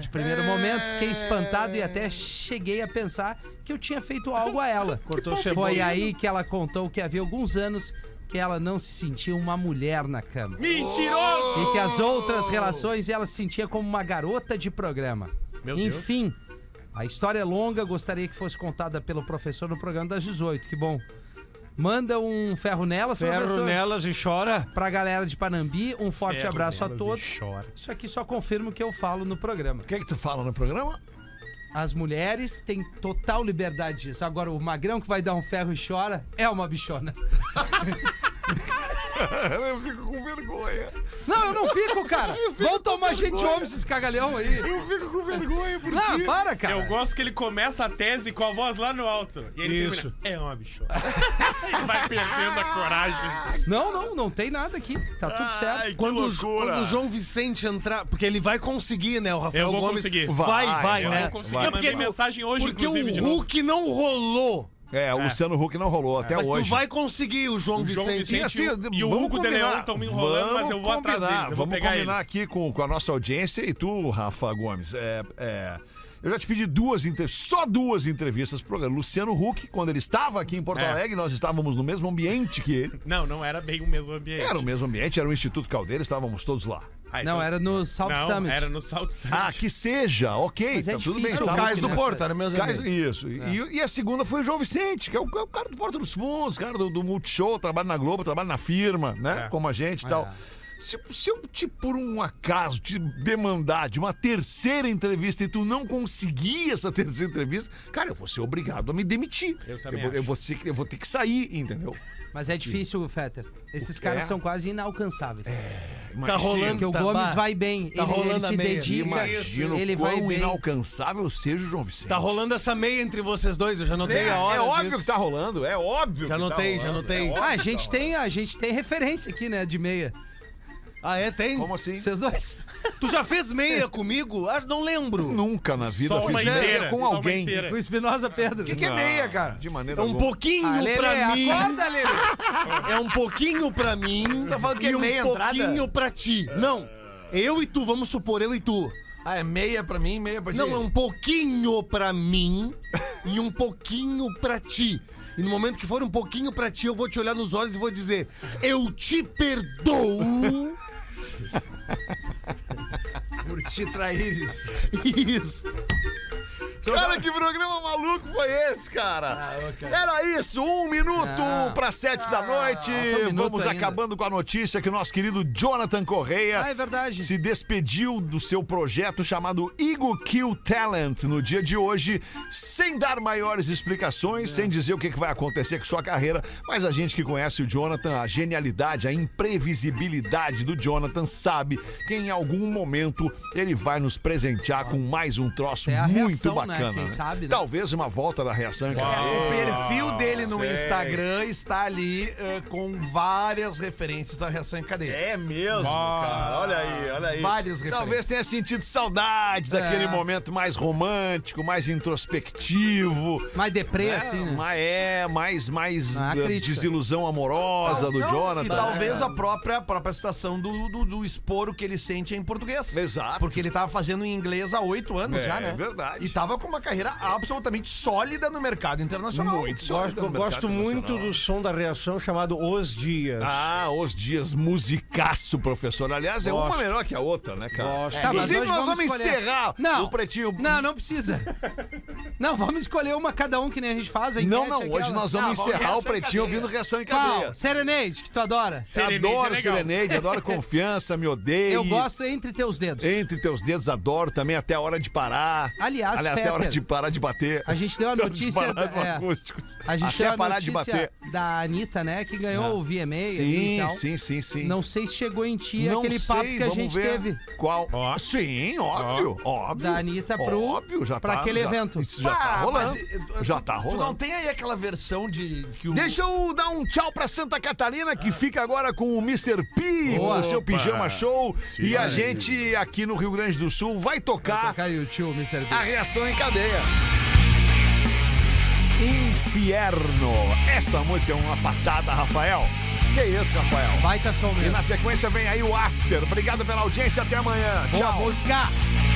Speaker 4: De primeiro momento, fiquei espantado e até cheguei a pensar que eu tinha feito algo a ela.
Speaker 7: Cortou
Speaker 4: Foi
Speaker 7: cebola.
Speaker 4: aí que ela contou que havia alguns anos que ela não se sentia uma mulher na cama.
Speaker 5: Mentiroso!
Speaker 4: E que
Speaker 5: Oh!
Speaker 4: as outras relações ela se sentia como uma garota de programa.
Speaker 5: Meu Deus.
Speaker 4: Enfim, a história é longa, gostaria que fosse contada pelo professor no programa das 18, que bom. Manda um ferro nelas,
Speaker 7: Ferro
Speaker 4: professor.
Speaker 7: nelas e chora.
Speaker 4: Pra galera de Panambi, um forte
Speaker 5: Ferro
Speaker 4: abraço a
Speaker 5: nelas e
Speaker 4: todos.
Speaker 5: chora.
Speaker 4: Isso aqui só confirma o que eu falo no programa.
Speaker 1: O que é que tu fala no programa?
Speaker 4: As mulheres têm total liberdade disso. Agora, o magrão que vai dar um ferro e chora é uma bichona.
Speaker 1: Eu fico com vergonha.
Speaker 4: Não, eu não fico, cara. Vão tomar gente homem esses cagalhão aí.
Speaker 1: Eu fico com vergonha por
Speaker 4: Não,
Speaker 1: ti.
Speaker 4: para, cara.
Speaker 5: Eu gosto que ele começa a tese com a voz lá no alto. E ele Isso. termina. É uma bichona. ele vai perdendo a coragem.
Speaker 4: Não, não, não tem nada aqui. Tá tudo certo.
Speaker 1: Ai, que
Speaker 7: Quando, o Jo-
Speaker 1: loucura.
Speaker 7: quando o João Vicente entrar, porque ele vai conseguir, né? O Rafael
Speaker 5: Eu vou
Speaker 7: Gomes
Speaker 5: conseguir.
Speaker 7: Vai,
Speaker 1: Vai,
Speaker 7: vai,
Speaker 1: eu
Speaker 7: né?
Speaker 1: vou
Speaker 5: Consegui
Speaker 7: É
Speaker 5: mandar
Speaker 7: porque,
Speaker 5: mensagem hoje,
Speaker 7: porque
Speaker 5: inclusive, de
Speaker 7: o
Speaker 5: novo.
Speaker 7: Hulk não rolou.
Speaker 1: É, o Luciano Huck não rolou até
Speaker 7: Mas
Speaker 1: hoje.
Speaker 7: tu vai conseguir o João
Speaker 5: O João
Speaker 7: Vicente.
Speaker 1: E
Speaker 5: Vicente
Speaker 1: assim,
Speaker 5: e o- e o
Speaker 1: vamos
Speaker 5: Hugo de
Speaker 1: combinar,
Speaker 5: Leão estão me enrolando, mas eu vou
Speaker 1: combinar,
Speaker 5: atrás deles. Eu vou
Speaker 1: vamos
Speaker 5: pegar
Speaker 1: combinar
Speaker 5: eles.
Speaker 1: aqui com, com a nossa audiência e tu, Rafa Gomes. É, é, eu já te pedi duas entre- só duas entrevistas pro programa. Luciano Huck, quando ele estava aqui em Porto
Speaker 5: É.
Speaker 1: Alegre, nós estávamos no mesmo ambiente que ele.
Speaker 5: Não, não era bem o mesmo ambiente.
Speaker 1: Era o mesmo ambiente, era o Instituto Caldeira, estávamos todos lá.
Speaker 5: Ah, então-
Speaker 4: um- Não, era no South
Speaker 5: Não,
Speaker 4: Summit.
Speaker 5: era no South Summit.
Speaker 1: Ah, que seja, ok,
Speaker 4: Mas é
Speaker 1: tá tudo bem.
Speaker 4: difícil, né?
Speaker 6: Era o
Speaker 1: estávamos
Speaker 6: Cais do
Speaker 1: no-
Speaker 6: Porto, era meus
Speaker 1: Cais-
Speaker 6: amigos.
Speaker 1: isso. E,
Speaker 7: É.
Speaker 1: e a segunda foi o João Vicente, que é o, é o cara do Porto dos Fundos, cara do, do Multishow, trabalha na Globo, trabalha na firma, né?
Speaker 5: É.
Speaker 1: Como a gente e tal. Se, se eu, te, por um acaso, te demandar de uma terceira entrevista e tu não conseguir essa terceira entrevista, cara, eu vou ser obrigado a me demitir.
Speaker 5: Eu também
Speaker 1: vou, eu,
Speaker 5: acho.
Speaker 1: vou ser- eu vou ter que sair, entendeu?
Speaker 7: Tá
Speaker 4: Mas é difícil, Fetter. Esses caras
Speaker 1: É.
Speaker 4: são quase inalcançáveis.
Speaker 1: Imagina.
Speaker 7: rolando.
Speaker 4: Porque o
Speaker 7: Tá,
Speaker 4: Gomes
Speaker 7: bah.
Speaker 4: vai bem.
Speaker 7: Tá
Speaker 4: ele, ele
Speaker 7: rolando a
Speaker 4: se
Speaker 7: meia.
Speaker 4: dedica.
Speaker 1: Imagina
Speaker 4: Ele
Speaker 1: o quão
Speaker 4: vai bem.
Speaker 1: inalcançável seja o João Vicente.
Speaker 7: Tá rolando essa meia entre vocês dois, eu já notei
Speaker 1: é,
Speaker 7: a hora.
Speaker 1: é óbvio
Speaker 7: disso.
Speaker 1: que tá rolando, é óbvio.
Speaker 7: Já
Speaker 1: que tá
Speaker 7: notei, já
Speaker 1: rolando,
Speaker 7: notei.
Speaker 1: é óbvio
Speaker 4: Ah, a
Speaker 1: que
Speaker 4: gente
Speaker 1: tá
Speaker 4: tem, a gente tem referência aqui, né, de meia.
Speaker 7: Ah, é? Tem?
Speaker 1: rolando. Como assim?
Speaker 4: Vocês dois.
Speaker 7: Tu já fez meia comigo? Ah, não lembro.
Speaker 1: Nunca na vida
Speaker 5: Só
Speaker 1: fiz
Speaker 5: uma
Speaker 1: meia
Speaker 5: inteira.
Speaker 1: com
Speaker 5: só uma
Speaker 1: alguém.
Speaker 5: inteira.
Speaker 4: O Espinosa Pedro.
Speaker 6: O que, que é meia, cara?
Speaker 1: De maneira
Speaker 7: É um
Speaker 1: alguma.
Speaker 7: pouquinho
Speaker 4: Ah, Lelê,
Speaker 7: pra mim.
Speaker 4: acorda, Lelê.
Speaker 7: É um pouquinho pra mim. Você
Speaker 6: tá falando que é
Speaker 7: e um
Speaker 6: meia entrada?
Speaker 7: pouquinho pra ti. Não. Eu e tu, vamos supor, eu e tu.
Speaker 6: Ah, é meia pra mim, meia pra ti.
Speaker 7: Não, é um pouquinho pra mim e um pouquinho pra ti. E no momento que for um pouquinho pra ti, eu vou te olhar nos olhos e vou dizer: Eu te perdoo.
Speaker 6: Por te trair.
Speaker 7: Isso.
Speaker 1: Cara, que programa maluco foi esse, cara? Era isso, um minuto
Speaker 4: Ah.
Speaker 1: para sete da noite.
Speaker 4: falta um minuto
Speaker 1: Vamos
Speaker 4: ainda.
Speaker 1: acabando com a notícia que o nosso querido Jonathan Correia
Speaker 4: Ah, é verdade.
Speaker 1: se despediu do seu projeto chamado Ego Kill Talent no dia de hoje, sem dar maiores
Speaker 4: É.
Speaker 1: explicações, sem dizer o que que vai acontecer com sua carreira. Mas a gente que conhece o Jonathan, a genialidade, a imprevisibilidade do Jonathan, sabe que em algum momento ele vai nos presentear com mais um troço
Speaker 4: É a
Speaker 1: muito
Speaker 4: reação, né?
Speaker 1: bacana.
Speaker 4: Quem sabe, né?
Speaker 1: Talvez uma volta da reação em carreira.
Speaker 6: O perfil dele no
Speaker 1: Ah, sei.
Speaker 6: Instagram está ali eh, com várias referências à reação em cadeia.
Speaker 1: É mesmo, cara. Olha aí, olha aí.
Speaker 6: Várias referências.
Speaker 1: Talvez tenha sentido saudade
Speaker 4: É.
Speaker 1: daquele momento mais romântico, mais introspectivo.
Speaker 4: Mais deprê,
Speaker 1: né?
Speaker 4: assim, né?
Speaker 1: Ma- É, mais, mais
Speaker 4: Ah,
Speaker 1: eh,
Speaker 4: crítica. É.
Speaker 1: desilusão amorosa do
Speaker 6: Não,
Speaker 1: Jonathan. né?
Speaker 6: E talvez a própria, a própria situação do, do, do esporo que ele sente em português.
Speaker 1: Exato.
Speaker 6: Porque ele tava fazendo em inglês há oito anos
Speaker 1: É,
Speaker 6: já, né?
Speaker 1: é verdade.
Speaker 6: E tava com uma carreira absolutamente sólida no mercado internacional.
Speaker 1: Muito sólida
Speaker 8: Gosto,
Speaker 1: no mercado
Speaker 8: gosto muito
Speaker 1: internacional.
Speaker 8: do som da reação chamado Os Dias.
Speaker 1: Ah, os dias musicaço, professor. Aliás, é uma
Speaker 8: Gosto.
Speaker 1: melhor que a outra, né, cara?
Speaker 8: Gosto.
Speaker 4: Tá, mas
Speaker 1: Inclusive,
Speaker 4: hoje
Speaker 1: nós vamos
Speaker 4: escolher.
Speaker 1: encerrar
Speaker 4: não,
Speaker 1: o Pretinho.
Speaker 4: Não, não precisa. Não, vamos escolher uma cada um que nem a gente faz. a
Speaker 1: Não,
Speaker 4: enquete,
Speaker 1: não, hoje
Speaker 4: aquela.
Speaker 1: nós vamos
Speaker 6: vamos
Speaker 1: encerrar
Speaker 6: reação
Speaker 1: o
Speaker 6: em
Speaker 1: Pretinho
Speaker 6: cadeia.
Speaker 1: ouvindo reação em cadeia.
Speaker 4: Qual? Serenade, que tu adora.
Speaker 5: Serenade
Speaker 1: adoro
Speaker 5: é legal.
Speaker 1: Serenade, adoro confiança, me odeio.
Speaker 4: Eu gosto entre teus dedos.
Speaker 1: Entre teus dedos, adoro também até a hora de parar.
Speaker 4: Aliás,
Speaker 1: Aliás até a
Speaker 4: Fetter,
Speaker 1: hora de parar de bater.
Speaker 4: A gente deu a
Speaker 1: Até a hora
Speaker 4: notícia.
Speaker 1: de parar
Speaker 4: é,
Speaker 1: com acústicos.
Speaker 4: a gente
Speaker 1: até
Speaker 4: deu a
Speaker 1: parar de
Speaker 4: notícia
Speaker 1: bater. É.
Speaker 4: da Anitta, né? Que ganhou o VMA ali e
Speaker 1: Sim,
Speaker 4: tal.
Speaker 1: sim, sim, sim.
Speaker 4: então, Não sei se chegou em ti
Speaker 1: Não
Speaker 4: aquele papo que a
Speaker 1: vamos
Speaker 4: gente
Speaker 1: ver
Speaker 4: teve.
Speaker 1: Qual? Sim, óbvio, óbvio.
Speaker 4: Da Anitta pro-
Speaker 1: óbvio, já
Speaker 4: pra
Speaker 1: tá,
Speaker 4: aquele
Speaker 1: já-
Speaker 4: evento.
Speaker 1: Isso já tá
Speaker 6: Ah,
Speaker 1: rolando.
Speaker 6: mas, eh,
Speaker 1: já tá
Speaker 6: Tu não
Speaker 1: rolando.
Speaker 6: tem aí aquela versão de que o.
Speaker 1: Deixa eu dar um tchau pra Santa Catarina, que fica agora com o Mr. P, com
Speaker 4: Boa.
Speaker 1: o seu pijama show. e a gente, aqui no Rio Grande do Sul, vai tocar
Speaker 4: Caiu o tio, Mr. B.
Speaker 1: a reação em cadeia. Infierno. Essa música é uma patada, Rafael. Que isso, Rafael?
Speaker 4: Baita som
Speaker 1: E
Speaker 4: mesmo.
Speaker 1: na sequência vem aí o After. Obrigado pela audiência, até amanhã.
Speaker 4: Boa
Speaker 1: Tchau.
Speaker 4: música.